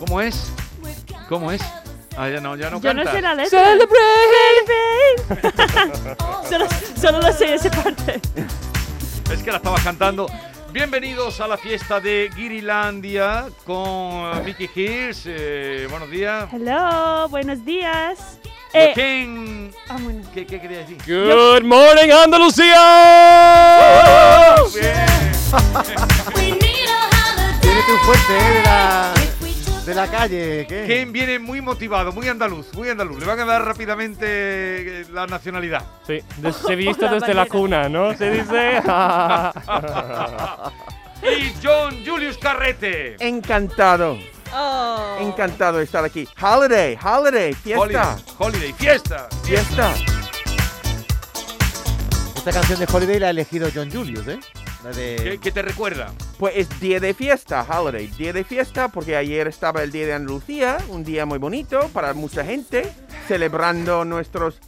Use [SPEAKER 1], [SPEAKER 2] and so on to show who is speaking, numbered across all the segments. [SPEAKER 1] ¿Cómo es? ¿Cómo es? Ah, ya no, ya no
[SPEAKER 2] Yo
[SPEAKER 1] canta.
[SPEAKER 2] no sé la letra.
[SPEAKER 3] Celebrate.
[SPEAKER 2] Solo, solo lo sé esa parte.
[SPEAKER 1] Es que la estaba cantando. Bienvenidos a la fiesta de Girilandia con eh, Vicky Hills. Eh, buenos días.
[SPEAKER 2] Hello, buenos días. Eh,
[SPEAKER 1] ¿Quién?
[SPEAKER 2] ah, bueno.
[SPEAKER 1] ¿Qué, qué quería decir?
[SPEAKER 3] Good morning, Andalucía.
[SPEAKER 1] Bien.
[SPEAKER 4] Viene tú fuerte, ¿eh? De la, de la calle. ¿Qué?
[SPEAKER 1] Ken viene muy motivado, muy andaluz, muy andaluz. Le van a dar rápidamente eh, la nacionalidad.
[SPEAKER 3] Sí, de sevillista
[SPEAKER 2] Hola,
[SPEAKER 3] desde la
[SPEAKER 2] Valera.
[SPEAKER 3] cuna, ¿no? Se dice. ah,
[SPEAKER 1] Y John Julius Carrete.
[SPEAKER 5] Eh, Encantado,
[SPEAKER 2] Oh.
[SPEAKER 5] encantado de estar aquí. Holiday, holiday, fiesta,
[SPEAKER 1] Holiday, holiday, fiesta.
[SPEAKER 5] Eh. fiesta.
[SPEAKER 4] Esta canción de Holiday la ha elegido John Julius, ¿eh? La
[SPEAKER 1] ¿Qué,
[SPEAKER 4] de...
[SPEAKER 1] qué te recuerda?
[SPEAKER 5] Pues es día de fiesta, holiday, día de fiesta, porque ayer estaba el día de Andalucía, un día muy bonito para mucha gente, celebrando nuestros,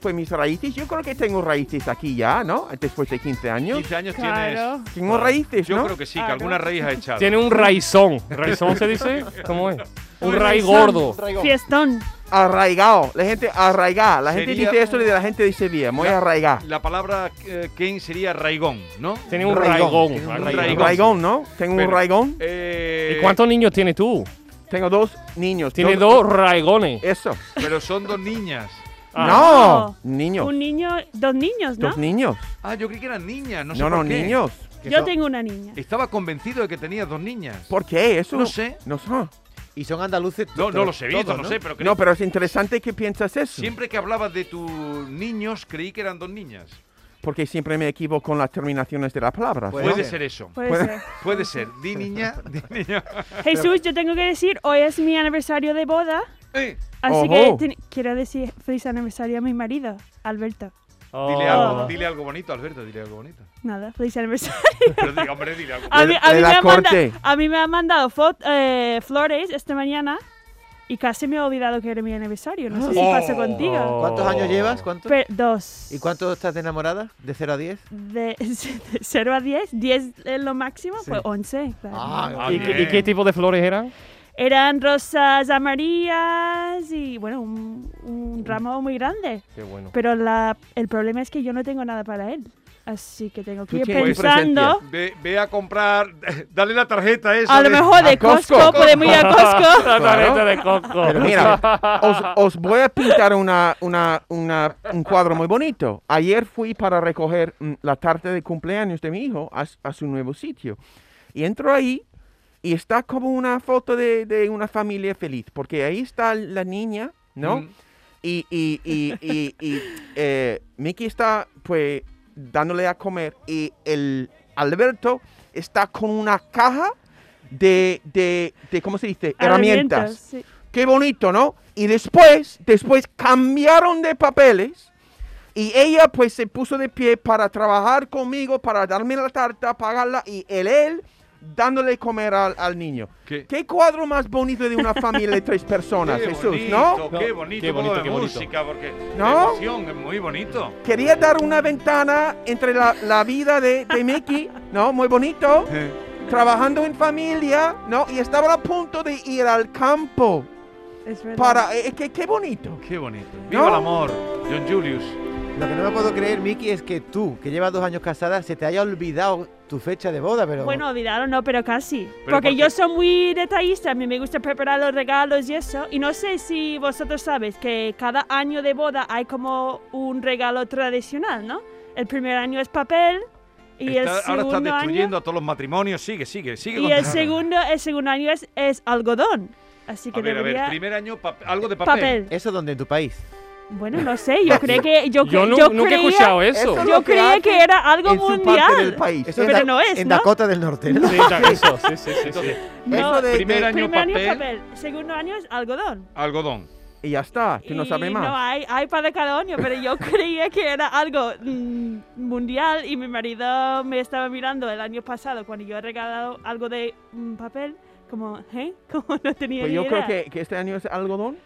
[SPEAKER 5] pues mis raíces. Yo creo que tengo raíces aquí ya, ¿no? Después de 15 años.
[SPEAKER 1] 15 años
[SPEAKER 2] Claro.
[SPEAKER 5] Tengo
[SPEAKER 1] tienes.
[SPEAKER 5] raíces,
[SPEAKER 1] Yo
[SPEAKER 5] ¿no?
[SPEAKER 1] creo que sí, que
[SPEAKER 2] Claro.
[SPEAKER 1] alguna raíz ha echado.
[SPEAKER 3] Tiene un raizón. ¿Raizón se dice? ¿Cómo es? Un raíz
[SPEAKER 2] raizón.
[SPEAKER 3] gordo.
[SPEAKER 2] Fiestón.
[SPEAKER 5] Arraigado, la gente arraigada, la gente
[SPEAKER 1] Sería-
[SPEAKER 5] dice eso de la gente de Sevilla, muy arraigada.
[SPEAKER 1] La palabra eh, Ken sería raigón, ¿no?
[SPEAKER 3] Tiene un raigón.
[SPEAKER 4] Raigón, tiene un
[SPEAKER 3] raigón.
[SPEAKER 1] raigón.
[SPEAKER 5] Raigón, ¿no? Tengo
[SPEAKER 1] Pero-
[SPEAKER 5] un raigón.
[SPEAKER 1] Eh,
[SPEAKER 3] ¿Y cuántos niños tienes tú?
[SPEAKER 5] Tengo dos niños.
[SPEAKER 3] Tiene dos raigones.
[SPEAKER 5] Eso.
[SPEAKER 1] Pero son dos niñas.
[SPEAKER 2] Ah.
[SPEAKER 5] No, niños.
[SPEAKER 2] Un niño, dos niños, ¿no?
[SPEAKER 5] Dos niños.
[SPEAKER 1] Ah, yo creí que eran niñas, no sé
[SPEAKER 5] No, no,
[SPEAKER 1] por qué.
[SPEAKER 5] niños.
[SPEAKER 1] Que
[SPEAKER 2] Yo
[SPEAKER 1] son-
[SPEAKER 2] tengo una niña.
[SPEAKER 1] Estaba convencido de que tenías dos niñas.
[SPEAKER 5] ¿Por qué? Eso
[SPEAKER 1] No sé.
[SPEAKER 5] No sé.
[SPEAKER 4] Y son andaluces
[SPEAKER 1] No, no
[SPEAKER 4] todos,
[SPEAKER 1] lo sé, visto,
[SPEAKER 4] todos,
[SPEAKER 1] no, sé, pero creo-
[SPEAKER 5] No, pero es interesante que piensas eso.
[SPEAKER 1] siempre que hablabas de tus niños creí que eran dos niñas.
[SPEAKER 5] Porque siempre me equivoco con las terminaciones de las palabras.
[SPEAKER 4] Pues-
[SPEAKER 5] ¿no?
[SPEAKER 1] Puede
[SPEAKER 4] ser.
[SPEAKER 1] ser eso.
[SPEAKER 2] Puede
[SPEAKER 5] Puede-
[SPEAKER 2] ser.
[SPEAKER 1] Puede ser. Di niña, di niña.
[SPEAKER 2] Jesús, yo tengo que decir, hoy es mi aniversario de boda,
[SPEAKER 1] Eh,
[SPEAKER 2] así
[SPEAKER 5] Ojo.
[SPEAKER 2] que te- quiero decir feliz aniversario a mi marido, Alberto.
[SPEAKER 1] dile,
[SPEAKER 3] Oh.
[SPEAKER 1] algo, dile algo bonito, Alberto, dile algo bonito.
[SPEAKER 2] Nada, feliz aniversario.
[SPEAKER 1] Pero diga, hombre, dile algo
[SPEAKER 2] A
[SPEAKER 5] De-
[SPEAKER 2] mí,
[SPEAKER 1] bonito.
[SPEAKER 2] a
[SPEAKER 5] de
[SPEAKER 2] mí
[SPEAKER 5] la
[SPEAKER 2] me han manda-
[SPEAKER 5] corte.
[SPEAKER 2] a mí me han mandado fo- eh, flores esta mañana y casi me he olvidado que era mi aniversario. No sé si
[SPEAKER 1] Oh.
[SPEAKER 2] pasa contigo.
[SPEAKER 4] ¿Cuántos años llevas? ¿Cuántos?
[SPEAKER 2] Pero dos.
[SPEAKER 4] ¿Y cuánto estás de enamorada? ¿De 0 a 10?
[SPEAKER 2] De, de 0 a 10, 10 es lo máximo, pues 11. claro.
[SPEAKER 4] Ah,
[SPEAKER 1] Ah,
[SPEAKER 3] ¿Y,
[SPEAKER 1] bien.
[SPEAKER 3] qué- y qué tipo de flores eran?
[SPEAKER 2] Eran rosas amarillas y bueno, un,
[SPEAKER 5] Mm.
[SPEAKER 2] un ramo muy grande.
[SPEAKER 3] Qué bueno.
[SPEAKER 2] Pero la, el problema es que yo no tengo nada para él. Así que tengo que
[SPEAKER 5] Tú
[SPEAKER 2] ir
[SPEAKER 5] tienes
[SPEAKER 2] pensando.
[SPEAKER 1] Ve, ve a comprar, dale la tarjeta esa.
[SPEAKER 2] A lo
[SPEAKER 1] de-
[SPEAKER 2] mejor de
[SPEAKER 5] A Costco.
[SPEAKER 2] Costco, podemos ir a Costco.
[SPEAKER 3] La tarjeta
[SPEAKER 5] Claro.
[SPEAKER 3] de coco.
[SPEAKER 5] Pero mira, os, os voy a pintar una, una, una- un cuadro muy bonito. Ayer fui para recoger mm, la tarta de cumpleaños de mi hijo a, s- a su nuevo sitio. Y entro ahí y está como una foto de, de una familia feliz, porque ahí está la niña, ¿no?
[SPEAKER 1] Mm.
[SPEAKER 5] Y, y, y, y, y, eh, Mickey está pues dándole a comer y el Alberto está con una caja de, de, de ¿cómo se dice? Herramientas.
[SPEAKER 2] sí.
[SPEAKER 5] Qué bonito, ¿no? Y después, después cambiaron de papeles y ella pues se puso de pie para trabajar conmigo, para darme la tarta, pagarla y él, él dándole comer al, al niño.
[SPEAKER 1] Qué-
[SPEAKER 5] Qué cuadro más bonito de una familia de tres personas,
[SPEAKER 1] Qué
[SPEAKER 5] Jesús,
[SPEAKER 1] bonito,
[SPEAKER 5] ¿no?
[SPEAKER 1] Qué
[SPEAKER 3] No,
[SPEAKER 1] bonito,
[SPEAKER 3] qué
[SPEAKER 1] como
[SPEAKER 3] bonito,
[SPEAKER 1] de
[SPEAKER 3] qué bonito.
[SPEAKER 1] música, porque
[SPEAKER 5] ¿No?
[SPEAKER 1] de emoción, es muy bonito.
[SPEAKER 5] Quería dar una ventana entre la, la vida de, de Mickey, ¿no? Muy bonito, trabajando en familia, ¿no? Y estaba a punto de ir al campo
[SPEAKER 2] Es verdad.
[SPEAKER 5] para... Es que qué bonito.
[SPEAKER 1] Oh, Qué bonito. Viva el amor, John Julius.
[SPEAKER 4] Lo que no me puedo creer, Miki, es que tú, que llevas dos años casada, se te haya olvidado tu fecha de boda, pero...
[SPEAKER 2] Bueno, olvidaron, no, pero casi.
[SPEAKER 1] ¿Pero
[SPEAKER 2] porque
[SPEAKER 1] por qué?
[SPEAKER 2] yo soy muy detallista, a mí me gusta preparar los regalos y eso. Y no sé si vosotros sabéis que cada año de boda hay como un regalo tradicional, ¿no? El primer año es papel y
[SPEAKER 1] Está-
[SPEAKER 2] el
[SPEAKER 1] ahora
[SPEAKER 2] segundo
[SPEAKER 1] está destruyendo
[SPEAKER 2] año
[SPEAKER 1] a todos los matrimonios. Sigue, sigue, sigue.
[SPEAKER 2] y
[SPEAKER 1] contando.
[SPEAKER 2] el segundo el segundo año es, es algodón. Así que
[SPEAKER 1] A ver, a
[SPEAKER 2] debería
[SPEAKER 1] ver, primer año, pa- algo de papel.
[SPEAKER 2] papel.
[SPEAKER 4] ¿Eso dónde? ¿En tu país?
[SPEAKER 2] Bueno, no sé, yo creo que yo,
[SPEAKER 3] Yo
[SPEAKER 2] cre-
[SPEAKER 3] nu-
[SPEAKER 2] yo
[SPEAKER 3] nunca he
[SPEAKER 2] creía-
[SPEAKER 1] ¿eh?
[SPEAKER 3] escuchado eso.
[SPEAKER 5] Eso-
[SPEAKER 2] yo
[SPEAKER 5] Lo que
[SPEAKER 2] creía que
[SPEAKER 5] hacen
[SPEAKER 2] era algo
[SPEAKER 5] en su parte del
[SPEAKER 2] mundial.
[SPEAKER 5] país.
[SPEAKER 4] Eso
[SPEAKER 2] Pero
[SPEAKER 4] en
[SPEAKER 2] no es,
[SPEAKER 4] En
[SPEAKER 2] ¿no?
[SPEAKER 4] Dakota del Norte, ¿no?
[SPEAKER 3] Sí, ta- eso, sí, sí, sí, sí.
[SPEAKER 1] Entonces,
[SPEAKER 2] No,
[SPEAKER 5] Eso de-
[SPEAKER 1] primer
[SPEAKER 5] de-
[SPEAKER 1] año
[SPEAKER 2] primer año es
[SPEAKER 1] papel,
[SPEAKER 2] papel, segundo año es algodón.
[SPEAKER 1] algodón.
[SPEAKER 5] Y ya está, que no
[SPEAKER 2] Y
[SPEAKER 5] sabe
[SPEAKER 2] No,
[SPEAKER 5] más.
[SPEAKER 2] hay, hay para cada año, pero yo creía que era algo mm, mundial y mi marido me estaba mirando el año pasado cuando yo he regalado algo de mm, papel, como, ¿eh? Como no tenía
[SPEAKER 5] Pues
[SPEAKER 2] ni
[SPEAKER 5] yo
[SPEAKER 2] idea.
[SPEAKER 5] creo que, que este año es algodón.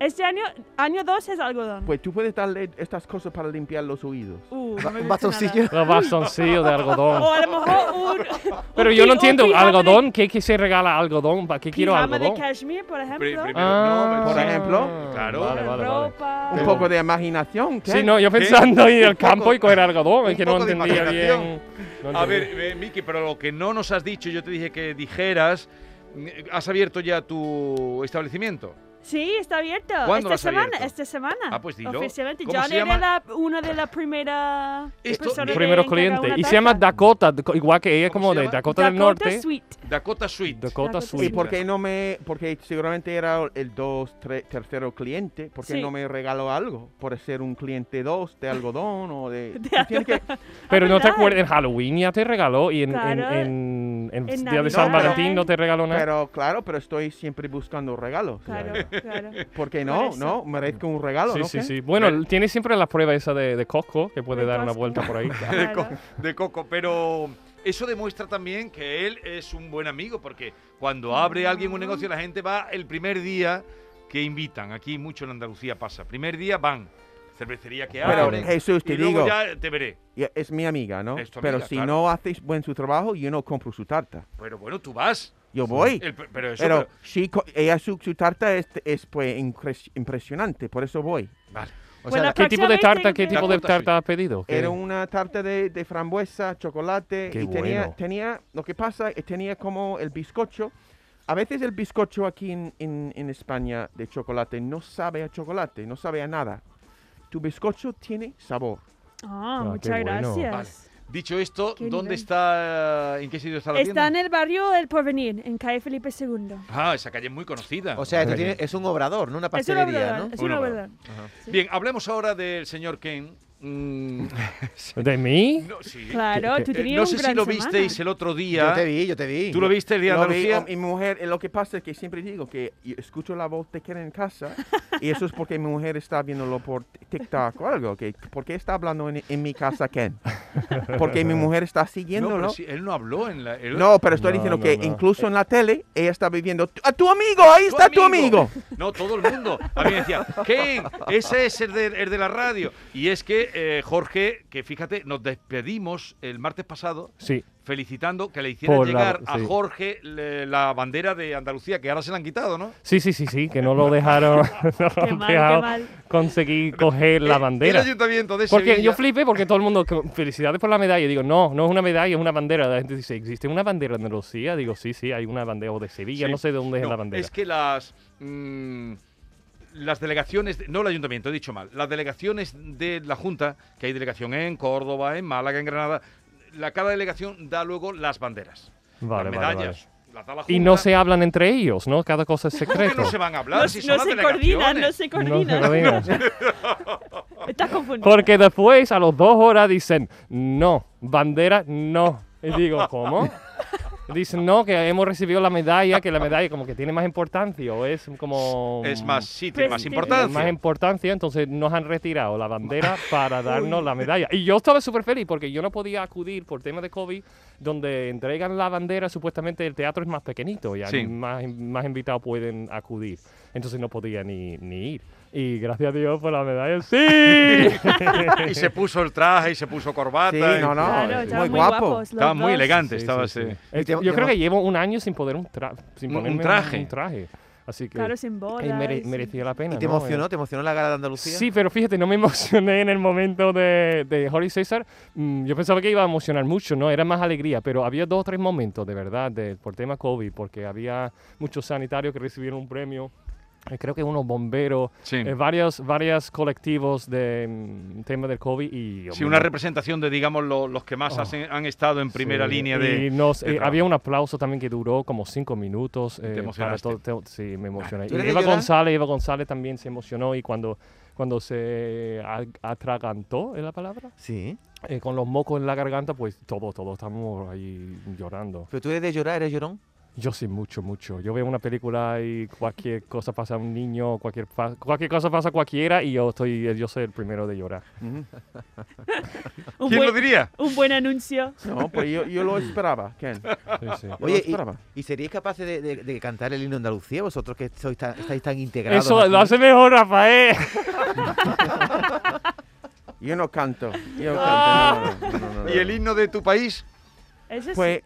[SPEAKER 2] Este año, año 2 es algodón.
[SPEAKER 5] Pues tú puedes darle estas cosas para limpiar los oídos.
[SPEAKER 2] Uh, no me gusta
[SPEAKER 4] Un bastoncillo.
[SPEAKER 2] nada.
[SPEAKER 3] Los bastoncillos de
[SPEAKER 2] O
[SPEAKER 3] algodón.
[SPEAKER 2] a lo mejor un. un
[SPEAKER 3] Pero yo
[SPEAKER 2] pi-
[SPEAKER 3] no
[SPEAKER 2] un
[SPEAKER 3] entiendo,
[SPEAKER 2] pijama de-
[SPEAKER 3] algodón, ¿qué, qué se regala algodón? ¿Para qué quiero
[SPEAKER 2] pijama
[SPEAKER 3] algodón?
[SPEAKER 2] de cashmere, por ejemplo.
[SPEAKER 1] primero,
[SPEAKER 3] Ah,
[SPEAKER 1] no,
[SPEAKER 5] Por
[SPEAKER 1] sí.
[SPEAKER 5] ejemplo.
[SPEAKER 1] Claro.
[SPEAKER 3] Vale, vale, vale.
[SPEAKER 2] ropa.
[SPEAKER 5] Un poco de imaginación. ¿qué?
[SPEAKER 3] Sí, no, yo pensando en el campo y coger algodón,
[SPEAKER 1] un
[SPEAKER 3] es que no
[SPEAKER 1] poco de
[SPEAKER 3] entendía
[SPEAKER 1] imaginación.
[SPEAKER 3] bien. no
[SPEAKER 1] A
[SPEAKER 3] entendía.
[SPEAKER 1] ver, eh, Miki, pero lo que no nos has dicho, yo te dije que dijeras, mm, ¿has abierto ya tu establecimiento?
[SPEAKER 2] Sí, está abierto.
[SPEAKER 1] ¿Cuándo lo
[SPEAKER 2] esta
[SPEAKER 1] has
[SPEAKER 2] semana,
[SPEAKER 1] abierto?
[SPEAKER 2] esta semana.
[SPEAKER 1] Ah, pues dilo.
[SPEAKER 2] Oficialmente.
[SPEAKER 1] ¿Cómo
[SPEAKER 2] Yo
[SPEAKER 1] se
[SPEAKER 2] era
[SPEAKER 1] llama?
[SPEAKER 2] la, una de las primeras
[SPEAKER 1] Esto-
[SPEAKER 2] personas de
[SPEAKER 3] Primeros
[SPEAKER 2] encargar
[SPEAKER 3] clientes.
[SPEAKER 2] una
[SPEAKER 3] Y se llama
[SPEAKER 2] tarta.
[SPEAKER 3] Dakota, d- igual que ella,
[SPEAKER 1] ¿Cómo
[SPEAKER 3] como
[SPEAKER 1] se
[SPEAKER 3] de
[SPEAKER 1] llama?
[SPEAKER 3] Dakota del
[SPEAKER 2] Dakota
[SPEAKER 3] Norte.
[SPEAKER 2] Sweet.
[SPEAKER 1] Dakota Suite.
[SPEAKER 3] Dakota
[SPEAKER 2] Dakota
[SPEAKER 5] ¿Y
[SPEAKER 3] Sweet.
[SPEAKER 2] Sweet.
[SPEAKER 5] por qué no me.? Porque seguramente era el dos, tre- tercero cliente. ¿Por qué
[SPEAKER 2] Sí.
[SPEAKER 5] no me regaló algo? Por ser un cliente dos de algodón o de. tú tienes que-
[SPEAKER 3] Pero no te
[SPEAKER 2] ¿verdad?
[SPEAKER 3] acuerdas, en Halloween ya te regaló y en, en,
[SPEAKER 2] Claro.
[SPEAKER 3] en, en
[SPEAKER 2] En
[SPEAKER 3] Día de San
[SPEAKER 5] Navidad.
[SPEAKER 3] Valentín no te regaló nada.
[SPEAKER 5] pero claro, pero estoy siempre buscando regalos.
[SPEAKER 2] Claro, claro.
[SPEAKER 5] Porque
[SPEAKER 2] Por
[SPEAKER 5] no,
[SPEAKER 2] eso.
[SPEAKER 5] no, merezco un regalo.
[SPEAKER 3] sí,
[SPEAKER 5] ¿no?
[SPEAKER 3] sí,
[SPEAKER 5] ¿Qué?
[SPEAKER 3] sí. Bueno,
[SPEAKER 1] Pero-
[SPEAKER 3] tiene siempre la prueba esa de, de Costco, que puede
[SPEAKER 2] De
[SPEAKER 3] dar una
[SPEAKER 2] Costco.
[SPEAKER 3] vuelta por ahí.
[SPEAKER 1] de, co-
[SPEAKER 2] Claro.
[SPEAKER 1] de Coco, pero eso demuestra también que él es un buen amigo, porque cuando abre alguien un negocio, la gente va el primer día que invitan. Aquí mucho en Andalucía pasa. Primer día van, cervecería que
[SPEAKER 5] Pero
[SPEAKER 1] abren.
[SPEAKER 5] Jesús, te
[SPEAKER 1] y luego
[SPEAKER 5] digo,
[SPEAKER 1] ya te veré.
[SPEAKER 5] ya es mi amiga, ¿no?
[SPEAKER 1] Es tu
[SPEAKER 5] pero
[SPEAKER 1] amiga,
[SPEAKER 5] si
[SPEAKER 1] claro.
[SPEAKER 5] no haces buen su trabajo, yo no compro su tarta.
[SPEAKER 1] Pero bueno, tú vas.
[SPEAKER 5] Yo voy.
[SPEAKER 1] El- pero eso.
[SPEAKER 5] Pero
[SPEAKER 1] pero-
[SPEAKER 5] sí, co- ella su, su tarta es, es, pues incres- impresionante, por eso voy.
[SPEAKER 1] vale.
[SPEAKER 4] O
[SPEAKER 2] Bueno,
[SPEAKER 4] sea,
[SPEAKER 3] ¿Qué tipo de
[SPEAKER 2] próximamente
[SPEAKER 3] tarta, qué
[SPEAKER 2] que-
[SPEAKER 3] tipo de
[SPEAKER 1] Dakota Sweet.
[SPEAKER 3] tarta has pedido? ¿Qué?
[SPEAKER 5] Era una tarta de, de frambuesa, chocolate
[SPEAKER 3] Qué
[SPEAKER 5] y tenía,
[SPEAKER 3] bueno.
[SPEAKER 5] tenía, lo que pasa es tenía como el bizcocho. A veces el bizcocho aquí en, en- en España de chocolate no sabe a chocolate, no sabe a nada. Tu bizcocho tiene sabor.
[SPEAKER 2] Ah,
[SPEAKER 3] Ah, qué
[SPEAKER 2] muchas
[SPEAKER 3] bueno.
[SPEAKER 2] gracias.
[SPEAKER 1] Dicho esto,
[SPEAKER 2] Qué
[SPEAKER 1] ¿dónde
[SPEAKER 2] nivel.
[SPEAKER 1] está? ¿En qué sitio está la
[SPEAKER 2] Está en
[SPEAKER 1] tienda?
[SPEAKER 2] el barrio El Porvenir, en calle Felipe II.
[SPEAKER 1] Ah, esa calle es muy conocida.
[SPEAKER 4] O sea, esto
[SPEAKER 3] Sí.
[SPEAKER 4] tiene- es un obrador, no una
[SPEAKER 2] Es una verdad,
[SPEAKER 4] pastelería, ¿no?
[SPEAKER 2] es
[SPEAKER 1] Una
[SPEAKER 2] una
[SPEAKER 1] verdad.
[SPEAKER 2] verdad.
[SPEAKER 1] Bien, hablemos ahora del señor Ken. Mm,
[SPEAKER 3] ¿De mí?
[SPEAKER 1] no, sí.
[SPEAKER 2] Claro, tú
[SPEAKER 1] Eh,
[SPEAKER 2] tenías
[SPEAKER 1] no
[SPEAKER 2] un
[SPEAKER 1] sé si
[SPEAKER 2] gran
[SPEAKER 1] lo
[SPEAKER 2] semana.
[SPEAKER 1] visteis el otro día.
[SPEAKER 4] Yo te vi, yo te vi.
[SPEAKER 1] ¿Tú lo viste el día de
[SPEAKER 5] Lo vi,
[SPEAKER 1] Andalucía?
[SPEAKER 5] oh, mi mujer, eh, lo que pasa es que siempre digo que yo escucho la voz de Karen en casa y eso es porque mi mujer está viéndolo por TikTok o algo. Que, ¿Por qué está hablando en, en mi casa Ken? Porque mi mujer está
[SPEAKER 1] No,
[SPEAKER 5] siguiéndolo.
[SPEAKER 1] pero sí, él no habló en la. él-
[SPEAKER 5] No, pero estoy
[SPEAKER 3] No,
[SPEAKER 5] diciendo
[SPEAKER 3] no,
[SPEAKER 5] que
[SPEAKER 3] no.
[SPEAKER 5] incluso en la tele ella está viviendo. "Tu- ¡A tu amigo! ¡Ahí
[SPEAKER 1] ¡Tu
[SPEAKER 5] está tu amigo!
[SPEAKER 1] No, todo el mundo. A mí me decía, Ken, ese es el de, el de la radio. Y es que, eh, Jorge, que fíjate, nos despedimos el martes pasado
[SPEAKER 3] Sí.
[SPEAKER 1] felicitando que le hicieran
[SPEAKER 3] Por la-
[SPEAKER 1] llegar a
[SPEAKER 3] sí.
[SPEAKER 1] Jorge le- la bandera de Andalucía, que ahora se la han quitado, ¿no?
[SPEAKER 3] Sí, sí, sí, sí, que no lo dejaron, no lo
[SPEAKER 2] Qué mal, qué
[SPEAKER 3] dejaron
[SPEAKER 2] mal.
[SPEAKER 3] conseguir coger la
[SPEAKER 1] Eh,
[SPEAKER 3] bandera.
[SPEAKER 1] El ayuntamiento de
[SPEAKER 3] Porque yo
[SPEAKER 1] Sevilla-
[SPEAKER 3] flipé porque todo el mundo, "Co- felicidades por la medalla. Digo, no, no es una medalla, es una bandera. La gente dice, ¿existe una bandera de Andalucía? Digo, sí, sí, hay una bandera o de Sevilla,
[SPEAKER 1] Sí.
[SPEAKER 3] no sé de dónde es
[SPEAKER 1] No,
[SPEAKER 3] la bandera.
[SPEAKER 1] Es que las. mm, las delegaciones, de- no el ayuntamiento, he dicho mal, las delegaciones de la Junta, que hay delegación en Córdoba, en Málaga, en Granada, la, cada delegación da luego las banderas.
[SPEAKER 3] Vale,
[SPEAKER 1] las
[SPEAKER 3] vale,
[SPEAKER 1] medallas. Las da la Junta.
[SPEAKER 3] Y no se hablan entre ellos, ¿no? Cada cosa es
[SPEAKER 1] ¿Por qué
[SPEAKER 3] secreto.
[SPEAKER 1] no se van a hablar
[SPEAKER 2] No,
[SPEAKER 1] si
[SPEAKER 2] se-
[SPEAKER 1] son
[SPEAKER 2] no
[SPEAKER 1] las
[SPEAKER 2] se coordinan, no
[SPEAKER 1] delegaciones?
[SPEAKER 2] se
[SPEAKER 3] No se
[SPEAKER 2] coordinan.
[SPEAKER 3] coordinan.
[SPEAKER 2] Estás confundido.
[SPEAKER 3] Porque después, a los dos horas, dicen, no, bandera, no. Y digo, ¿cómo? Dicen, no, que hemos recibido la medalla, que la medalla como que tiene más importancia, o es como... mm, eh,
[SPEAKER 1] Es más, sí, tiene más
[SPEAKER 2] Prestigio.
[SPEAKER 1] importancia.
[SPEAKER 3] más importancia, entonces nos han retirado la bandera para darnos la medalla. Y yo estaba súper feliz porque yo no podía acudir por tema de COVID, donde entregan la bandera, supuestamente el teatro es más pequeñito y
[SPEAKER 1] Sí.
[SPEAKER 3] hay más, más invitados pueden acudir. Entonces no podía ni, ni ir. Y gracias a Dios por la medalla. ¡Sí!
[SPEAKER 1] Y se puso el traje, y se puso corbata.
[SPEAKER 5] Sí,
[SPEAKER 1] y-
[SPEAKER 5] no, no.
[SPEAKER 2] Claro,
[SPEAKER 5] es
[SPEAKER 2] estaban
[SPEAKER 5] muy
[SPEAKER 2] muy
[SPEAKER 5] guapo.
[SPEAKER 2] guapos. los
[SPEAKER 1] Estaba muy
[SPEAKER 2] dos.
[SPEAKER 1] elegante,
[SPEAKER 3] Sí,
[SPEAKER 1] estaba
[SPEAKER 3] sí,
[SPEAKER 1] ese-
[SPEAKER 3] sí. Eh,
[SPEAKER 4] Y te-
[SPEAKER 3] Yo
[SPEAKER 4] te
[SPEAKER 3] creo
[SPEAKER 4] mo-
[SPEAKER 3] que llevo un año sin poder un, tra- sin
[SPEAKER 1] Un- un
[SPEAKER 3] ponerme
[SPEAKER 1] traje.
[SPEAKER 3] traje. Así que
[SPEAKER 2] Claro, sin bodas.
[SPEAKER 3] eh, mere-
[SPEAKER 2] sin-
[SPEAKER 3] merecía la pena.
[SPEAKER 4] ¿Y te
[SPEAKER 3] ¿no? Eh,
[SPEAKER 4] emocionó? ¿Te emocionó la gala de Andalucía?
[SPEAKER 3] Sí, pero fíjate, no me emocioné en el momento de, de Jorge César. Mm, Yo pensaba que iba a emocionar mucho, ¿no? Era más alegría, pero había dos o tres momentos, de verdad, de- por tema COVID, porque había muchos sanitarios que recibieron un premio. eh, Creo que unos bomberos,
[SPEAKER 1] Sí.
[SPEAKER 3] eh, varios, varios colectivos de mm, tema del COVID y...
[SPEAKER 1] Sí,
[SPEAKER 3] hombre,
[SPEAKER 1] una
[SPEAKER 3] no-
[SPEAKER 1] representación de, digamos, lo- los que más
[SPEAKER 3] Oh.
[SPEAKER 1] hacen- han estado en primera
[SPEAKER 3] Sí,
[SPEAKER 1] línea de...
[SPEAKER 3] y nos-
[SPEAKER 1] de
[SPEAKER 3] eh,
[SPEAKER 1] trabajo.
[SPEAKER 3] había un aplauso también que duró como cinco minutos. eh, para
[SPEAKER 1] emocionaste.
[SPEAKER 3] todo, todo- sí, me emocioné. Y
[SPEAKER 4] ¿Tú eres de
[SPEAKER 3] Eva
[SPEAKER 4] llorar?
[SPEAKER 3] González, Eva González también se emocionó y cuando, cuando se a- atragantó, ¿es la palabra?
[SPEAKER 4] Sí.
[SPEAKER 3] Eh, con los mocos en la garganta, pues todos, todos estamos ahí llorando.
[SPEAKER 4] Pero tú eres de llorar, eres llorón.
[SPEAKER 3] Yo sí, mucho, mucho. Yo veo una película y cualquier cosa pasa a un niño, cualquier, pa- cualquier cosa pasa a cualquiera y yo estoy, yo soy el primero de llorar.
[SPEAKER 2] Un
[SPEAKER 1] ¿Quién lo
[SPEAKER 2] buen,
[SPEAKER 1] diría?
[SPEAKER 2] un buen anuncio.
[SPEAKER 5] No, pues yo, yo lo esperaba, Ken. Yo
[SPEAKER 3] Sí, sí.
[SPEAKER 5] lo
[SPEAKER 4] Oye,
[SPEAKER 5] esperaba.
[SPEAKER 4] ¿y, y seríais capaces de, de- de cantar el himno de Andalucía vosotros que sois tan- estáis tan integrados?
[SPEAKER 3] Eso
[SPEAKER 4] aquí?
[SPEAKER 3] lo hace mejor, Rafael.
[SPEAKER 5] Yo no canto. Yo no
[SPEAKER 2] Ah.
[SPEAKER 5] canto. no, no, no, no, no.
[SPEAKER 1] ¿Y el himno de tu país?
[SPEAKER 2] Eso sí.
[SPEAKER 5] Pues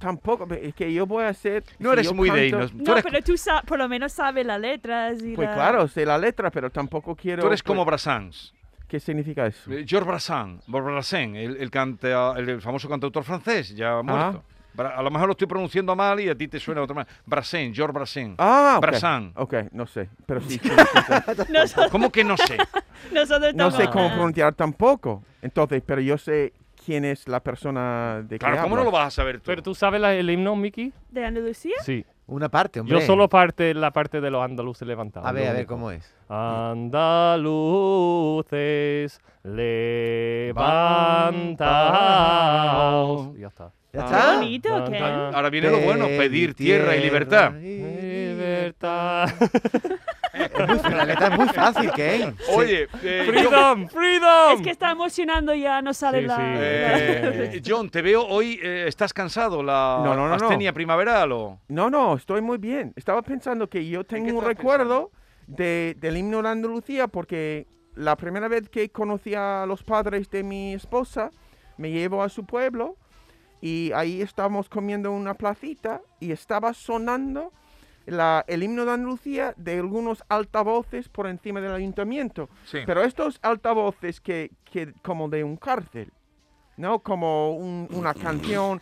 [SPEAKER 5] tampoco, pero es que yo voy a hacer.
[SPEAKER 1] No
[SPEAKER 5] si
[SPEAKER 1] eres
[SPEAKER 5] yo
[SPEAKER 1] muy de
[SPEAKER 5] canto-
[SPEAKER 1] himnos. Tú
[SPEAKER 2] no,
[SPEAKER 1] eres,
[SPEAKER 2] pero tú sa- por lo menos sabes las letras y
[SPEAKER 5] Pues
[SPEAKER 2] la-
[SPEAKER 5] claro, sé la letra, pero tampoco quiero.
[SPEAKER 1] tú eres como
[SPEAKER 5] pues,
[SPEAKER 1] Brassens.
[SPEAKER 5] ¿Qué significa eso?
[SPEAKER 1] Eh, Georges Brassens, Bo- Brassens, el, el canta- el- el famoso cantautor francés, ya muerto. Bra- A lo mejor lo estoy pronunciando mal y a ti te suena de otra manera. Brassens, Georges Brassens.
[SPEAKER 5] Ah, ok.
[SPEAKER 1] Brassán.
[SPEAKER 5] Ok, no sé. Pero sí.
[SPEAKER 2] Nosotros,
[SPEAKER 1] ¿Cómo que no sé?
[SPEAKER 2] nosotros
[SPEAKER 5] no sé
[SPEAKER 2] tampoco-
[SPEAKER 5] cómo pronunciar tampoco. Entonces, pero yo sé quién es la persona de que
[SPEAKER 1] Claro, ¿cómo no lo
[SPEAKER 5] hablas.
[SPEAKER 1] vas a saber tú?
[SPEAKER 3] Pero tú sabes la- el himno, Mickey?
[SPEAKER 2] ¿De Andalucía?
[SPEAKER 3] Sí.
[SPEAKER 4] Una parte,
[SPEAKER 3] Yo
[SPEAKER 4] hombre.
[SPEAKER 3] solo parte la parte de los andaluces levantados.
[SPEAKER 4] A ver,
[SPEAKER 3] lo
[SPEAKER 4] a ver
[SPEAKER 3] único.
[SPEAKER 4] cómo es.
[SPEAKER 3] Andaluces levantaos. Y Ya está.
[SPEAKER 4] ¿Ya
[SPEAKER 5] Ah,
[SPEAKER 4] está?
[SPEAKER 2] bonito,
[SPEAKER 3] Ah,
[SPEAKER 2] ¿qué?
[SPEAKER 3] ah.
[SPEAKER 1] Ahora viene lo bueno, pedir tierra y libertad.
[SPEAKER 3] Libertad.
[SPEAKER 4] Es muy, la letra es muy fácil, ¿qué?
[SPEAKER 1] Oye, eh, John,
[SPEAKER 3] freedom, freedom.
[SPEAKER 2] Es que está emocionando ya, no sale
[SPEAKER 3] Sí,
[SPEAKER 2] la...
[SPEAKER 3] sí.
[SPEAKER 2] la-
[SPEAKER 1] eh, John, te veo hoy, eh, estás cansado, la
[SPEAKER 5] No, no, no, no.
[SPEAKER 1] astenia primaveral o...
[SPEAKER 5] No, no, estoy muy bien. Estaba pensando que yo
[SPEAKER 1] qué
[SPEAKER 5] tengo un
[SPEAKER 1] estabas
[SPEAKER 5] recuerdo de, del himno de Andalucía porque la primera vez que conocí a los padres de mi esposa, me llevo a su pueblo y ahí estábamos comiendo una placita y estaba sonando la- el himno de Andalucía de algunos altavoces por encima del ayuntamiento.
[SPEAKER 1] Sí.
[SPEAKER 5] Pero estos altavoces que, que como de un cárcel, ¿no? Como un- una
[SPEAKER 1] Mm.
[SPEAKER 5] canción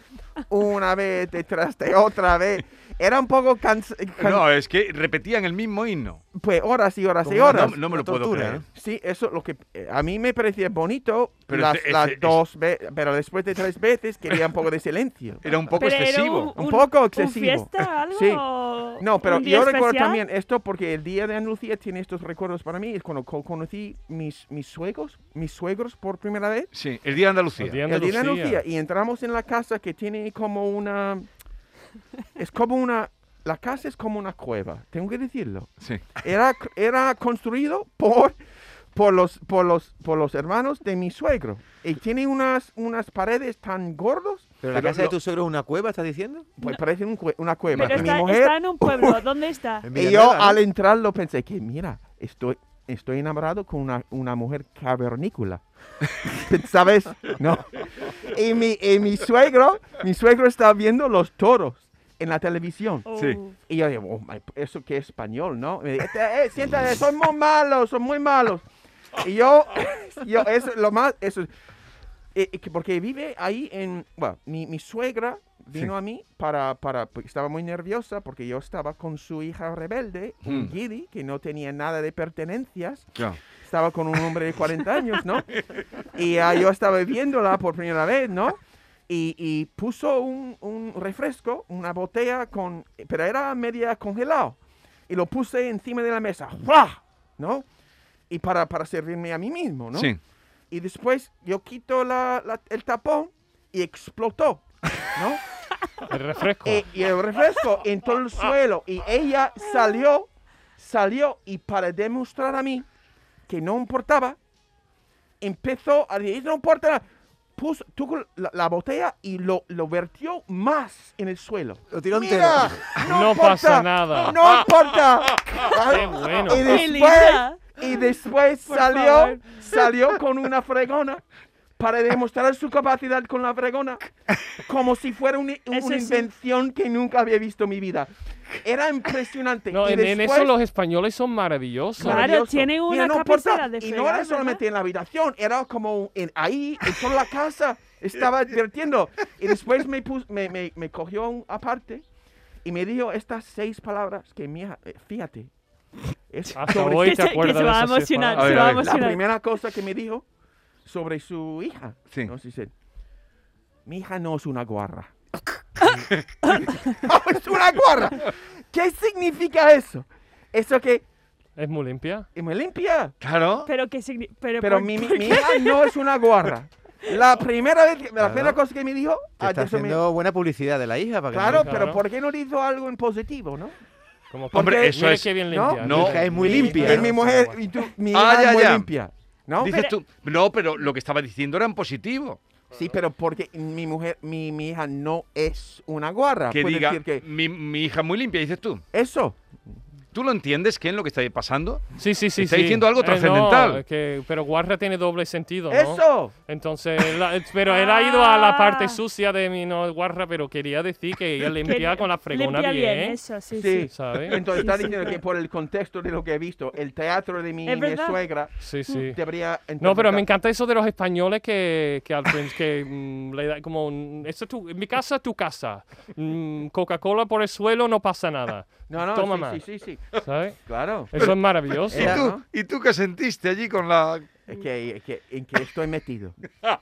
[SPEAKER 5] una vez detrás de otra vez. Era un poco cansa- can-
[SPEAKER 1] No, es que repetían el mismo himno.
[SPEAKER 5] pues horas y horas y
[SPEAKER 4] Como una
[SPEAKER 5] horas.
[SPEAKER 1] No, no me lo
[SPEAKER 4] una
[SPEAKER 1] puedo
[SPEAKER 4] tortura,
[SPEAKER 1] creer.
[SPEAKER 4] ¿eh?
[SPEAKER 5] Sí, eso lo que eh, a mí me parecía bonito
[SPEAKER 1] Pero
[SPEAKER 5] las,
[SPEAKER 1] ese-
[SPEAKER 5] las
[SPEAKER 1] ese-
[SPEAKER 5] dos veces, pero después de tres veces quería un poco de silencio.
[SPEAKER 1] Era un poco
[SPEAKER 2] Pero era
[SPEAKER 1] excesivo.
[SPEAKER 5] Un poco excesivo.
[SPEAKER 2] fiesta, algo?
[SPEAKER 5] Sí.
[SPEAKER 2] o
[SPEAKER 5] No, pero
[SPEAKER 2] un día
[SPEAKER 5] yo recuerdo
[SPEAKER 2] especial?
[SPEAKER 5] también esto porque el día de Andalucía tiene estos recuerdos para mí. Es cuando co- conocí mis, mis suegros, mis suegros por primera vez.
[SPEAKER 1] Sí, el Día de Andalucía.
[SPEAKER 3] El día de
[SPEAKER 5] El día de
[SPEAKER 3] Andalucía.
[SPEAKER 5] Andalucía. Y entramos en la casa que tiene como una... Es como una... La casa es como una cueva, tengo que decirlo.
[SPEAKER 1] Sí.
[SPEAKER 5] Era, era construido por, por, los, por, los, por los hermanos de mi suegro. Y tiene unas, unas paredes tan gordos,
[SPEAKER 4] ¿Pero la
[SPEAKER 1] Pero
[SPEAKER 4] casa
[SPEAKER 1] lo-
[SPEAKER 4] de tu suegro es una cueva, estás diciendo?
[SPEAKER 5] pues parece un cue- una cueva.
[SPEAKER 2] Pero
[SPEAKER 5] pues, mi
[SPEAKER 2] está,
[SPEAKER 5] mujer
[SPEAKER 2] está en un pueblo, ¿dónde está?
[SPEAKER 4] En
[SPEAKER 5] y yo
[SPEAKER 4] Villanueva, ¿no?
[SPEAKER 5] al entrar lo pensé que, mira, estoy, estoy enamorado con una, una mujer cavernícola. ¿Sabes? No. Y mi, y mi suegro, mi suegro está viendo los toros en la televisión.
[SPEAKER 2] Oh.
[SPEAKER 1] Sí.
[SPEAKER 5] Y yo digo, "Oh, my- eso que es español, ¿no? Me dice, "Este, eh, siéntate, son muy malos, son muy malos. Y yo, yo, eso, lo más, eso, eh, eh, que porque vive ahí en, bueno, mi, mi suegra vino a mí para, para, porque estaba muy nerviosa porque yo estaba con su hija rebelde, un
[SPEAKER 1] Mm.
[SPEAKER 5] guiri, que no tenía nada de pertenencias,
[SPEAKER 1] Claro.
[SPEAKER 5] estaba con un hombre de 40 años, ¿no? Y ah, yo estaba viéndola por primera vez, ¿no? Y, y puso un, un refresco, una botella con, pero era media congelado. Y lo puse encima de la mesa, ¡fua! ¿no? Y para, para servirme a mí mismo, ¿no?
[SPEAKER 1] Sí.
[SPEAKER 5] Y después yo quito la- la- el tapón y explotó, ¿no?
[SPEAKER 3] El refresco.
[SPEAKER 5] Eh, y el refresco en todo el suelo. Y ella salió, salió y para demostrar a mí que no importaba, empezó a decir, no importa, nada". puso tuvo la, la botella y lo, lo vertió más en el suelo.
[SPEAKER 4] Lo tiró
[SPEAKER 5] Mira,
[SPEAKER 4] entero.
[SPEAKER 5] no,
[SPEAKER 3] No
[SPEAKER 5] importa,
[SPEAKER 3] pasa nada.
[SPEAKER 5] No importa.
[SPEAKER 3] Qué bueno.
[SPEAKER 5] Y
[SPEAKER 2] Qué
[SPEAKER 5] después,
[SPEAKER 2] linda.
[SPEAKER 5] y después
[SPEAKER 2] Por
[SPEAKER 5] salió,
[SPEAKER 2] favor.
[SPEAKER 5] salió con una fregona para demostrar su capacidad con la fregona, como si fuera un- un-
[SPEAKER 2] Eso
[SPEAKER 5] una
[SPEAKER 2] sí.
[SPEAKER 5] invención que nunca había visto en mi vida. Era impresionante.
[SPEAKER 3] No,
[SPEAKER 5] y
[SPEAKER 3] en, en eso
[SPEAKER 5] después-
[SPEAKER 3] los españoles son maravillosos.
[SPEAKER 2] Claro,
[SPEAKER 5] maravilloso.
[SPEAKER 2] tiene una
[SPEAKER 5] Mira, no importa,
[SPEAKER 2] cabecera de
[SPEAKER 5] Y no era
[SPEAKER 2] fregar,
[SPEAKER 5] solamente
[SPEAKER 2] ¿verdad?
[SPEAKER 5] en la habitación, era como en, ahí, en toda la casa. Estaba advirtiendo. Y después me, pus- me, me, me cogió un- aparte y me dijo estas seis palabras que, mija, eh, fíjate. Es
[SPEAKER 3] Hasta
[SPEAKER 5] sobre-
[SPEAKER 3] hoy
[SPEAKER 2] Que
[SPEAKER 3] te
[SPEAKER 2] se- que
[SPEAKER 3] acuerdas
[SPEAKER 2] se
[SPEAKER 3] de
[SPEAKER 2] va a
[SPEAKER 3] esas
[SPEAKER 2] emocionar,
[SPEAKER 1] se
[SPEAKER 3] separadas.
[SPEAKER 1] va a
[SPEAKER 5] la
[SPEAKER 2] emocionar.
[SPEAKER 5] primera cosa que me dijo sobre su hija.
[SPEAKER 1] Sí.
[SPEAKER 5] Nos dice, mi hija no es una guarra. es una guarra! ¿Qué significa eso? Eso que
[SPEAKER 3] Es muy limpia.
[SPEAKER 5] me limpia.
[SPEAKER 1] Claro.
[SPEAKER 2] Pero pues, qué significa... Pero,
[SPEAKER 5] Pero
[SPEAKER 2] por-
[SPEAKER 5] mi, mi-
[SPEAKER 2] por-
[SPEAKER 5] mi hija no es una guarra. La primera vez, que- la
[SPEAKER 4] Claro.
[SPEAKER 5] primera cosa que me dijo,
[SPEAKER 4] Te
[SPEAKER 5] ah,
[SPEAKER 4] está
[SPEAKER 5] eso me-
[SPEAKER 4] haciendo buena publicidad de la hija. Para que
[SPEAKER 5] claro,
[SPEAKER 4] no-
[SPEAKER 5] pero
[SPEAKER 3] Claro.
[SPEAKER 5] ¿por qué no le hizo algo en positivo, no?
[SPEAKER 3] Como
[SPEAKER 1] Hombre,
[SPEAKER 3] porque-
[SPEAKER 1] eso
[SPEAKER 3] mira
[SPEAKER 1] es-
[SPEAKER 3] qué bien
[SPEAKER 5] no,
[SPEAKER 3] limpia.
[SPEAKER 1] no.
[SPEAKER 4] Hija, es muy limpia.
[SPEAKER 5] Es mi mujer,
[SPEAKER 3] Bueno,
[SPEAKER 5] y tú, mi
[SPEAKER 1] Ah,
[SPEAKER 5] hija
[SPEAKER 1] ya,
[SPEAKER 5] es muy
[SPEAKER 1] ya.
[SPEAKER 5] limpia, ¿no?
[SPEAKER 1] Dices
[SPEAKER 2] Pero-
[SPEAKER 1] tú, no, pero lo que estaba diciendo era en positivo.
[SPEAKER 5] Sí, pero porque mi mujer, mi, mi hija no es una guarra.
[SPEAKER 1] Que
[SPEAKER 5] Ah, Puede
[SPEAKER 1] diga,
[SPEAKER 5] decir que
[SPEAKER 1] mi, mi hija es muy limpia, dices tú.
[SPEAKER 5] eso,
[SPEAKER 1] ¿Tú lo entiendes, qué es lo que está pasando?
[SPEAKER 3] Sí, sí, sí.
[SPEAKER 1] Está
[SPEAKER 3] sí.
[SPEAKER 1] diciendo algo
[SPEAKER 3] no,
[SPEAKER 1] trascendental.
[SPEAKER 3] que- pero guarra tiene doble sentido, ¿no?
[SPEAKER 5] eso.
[SPEAKER 3] Entonces, la- pero él ha ido a la parte
[SPEAKER 2] Ah.
[SPEAKER 3] sucia de mi no guarra, pero quería decir que ella
[SPEAKER 2] Que
[SPEAKER 3] limpia con la fregona
[SPEAKER 2] limpia
[SPEAKER 3] bien.
[SPEAKER 2] eso, sí,
[SPEAKER 5] Sí.
[SPEAKER 2] sí.
[SPEAKER 3] ¿Sabes?
[SPEAKER 5] Entonces está diciendo que por el contexto de lo que he visto, el teatro de mi,
[SPEAKER 2] Es
[SPEAKER 5] mi
[SPEAKER 2] verdad.
[SPEAKER 5] suegra
[SPEAKER 3] Sí, sí.
[SPEAKER 5] debería...
[SPEAKER 3] No, pero me
[SPEAKER 5] interpretar-
[SPEAKER 3] encanta eso de los españoles que, que al prin- que mm, le da como un- eso es tu, mi casa es tu casa. Mm, Coca-Cola por el suelo no pasa nada.
[SPEAKER 5] No, no,
[SPEAKER 3] Toma
[SPEAKER 5] sí,
[SPEAKER 3] más.
[SPEAKER 5] sí, sí, sí,
[SPEAKER 3] ¿Sabes?
[SPEAKER 5] claro.
[SPEAKER 3] Eso es maravilloso.
[SPEAKER 1] ¿Y
[SPEAKER 5] Ya,
[SPEAKER 1] tú,
[SPEAKER 5] ¿no?
[SPEAKER 1] ¿Y tú qué sentiste allí con la...?
[SPEAKER 2] Mm.
[SPEAKER 5] Es que, es que- en que estoy metido.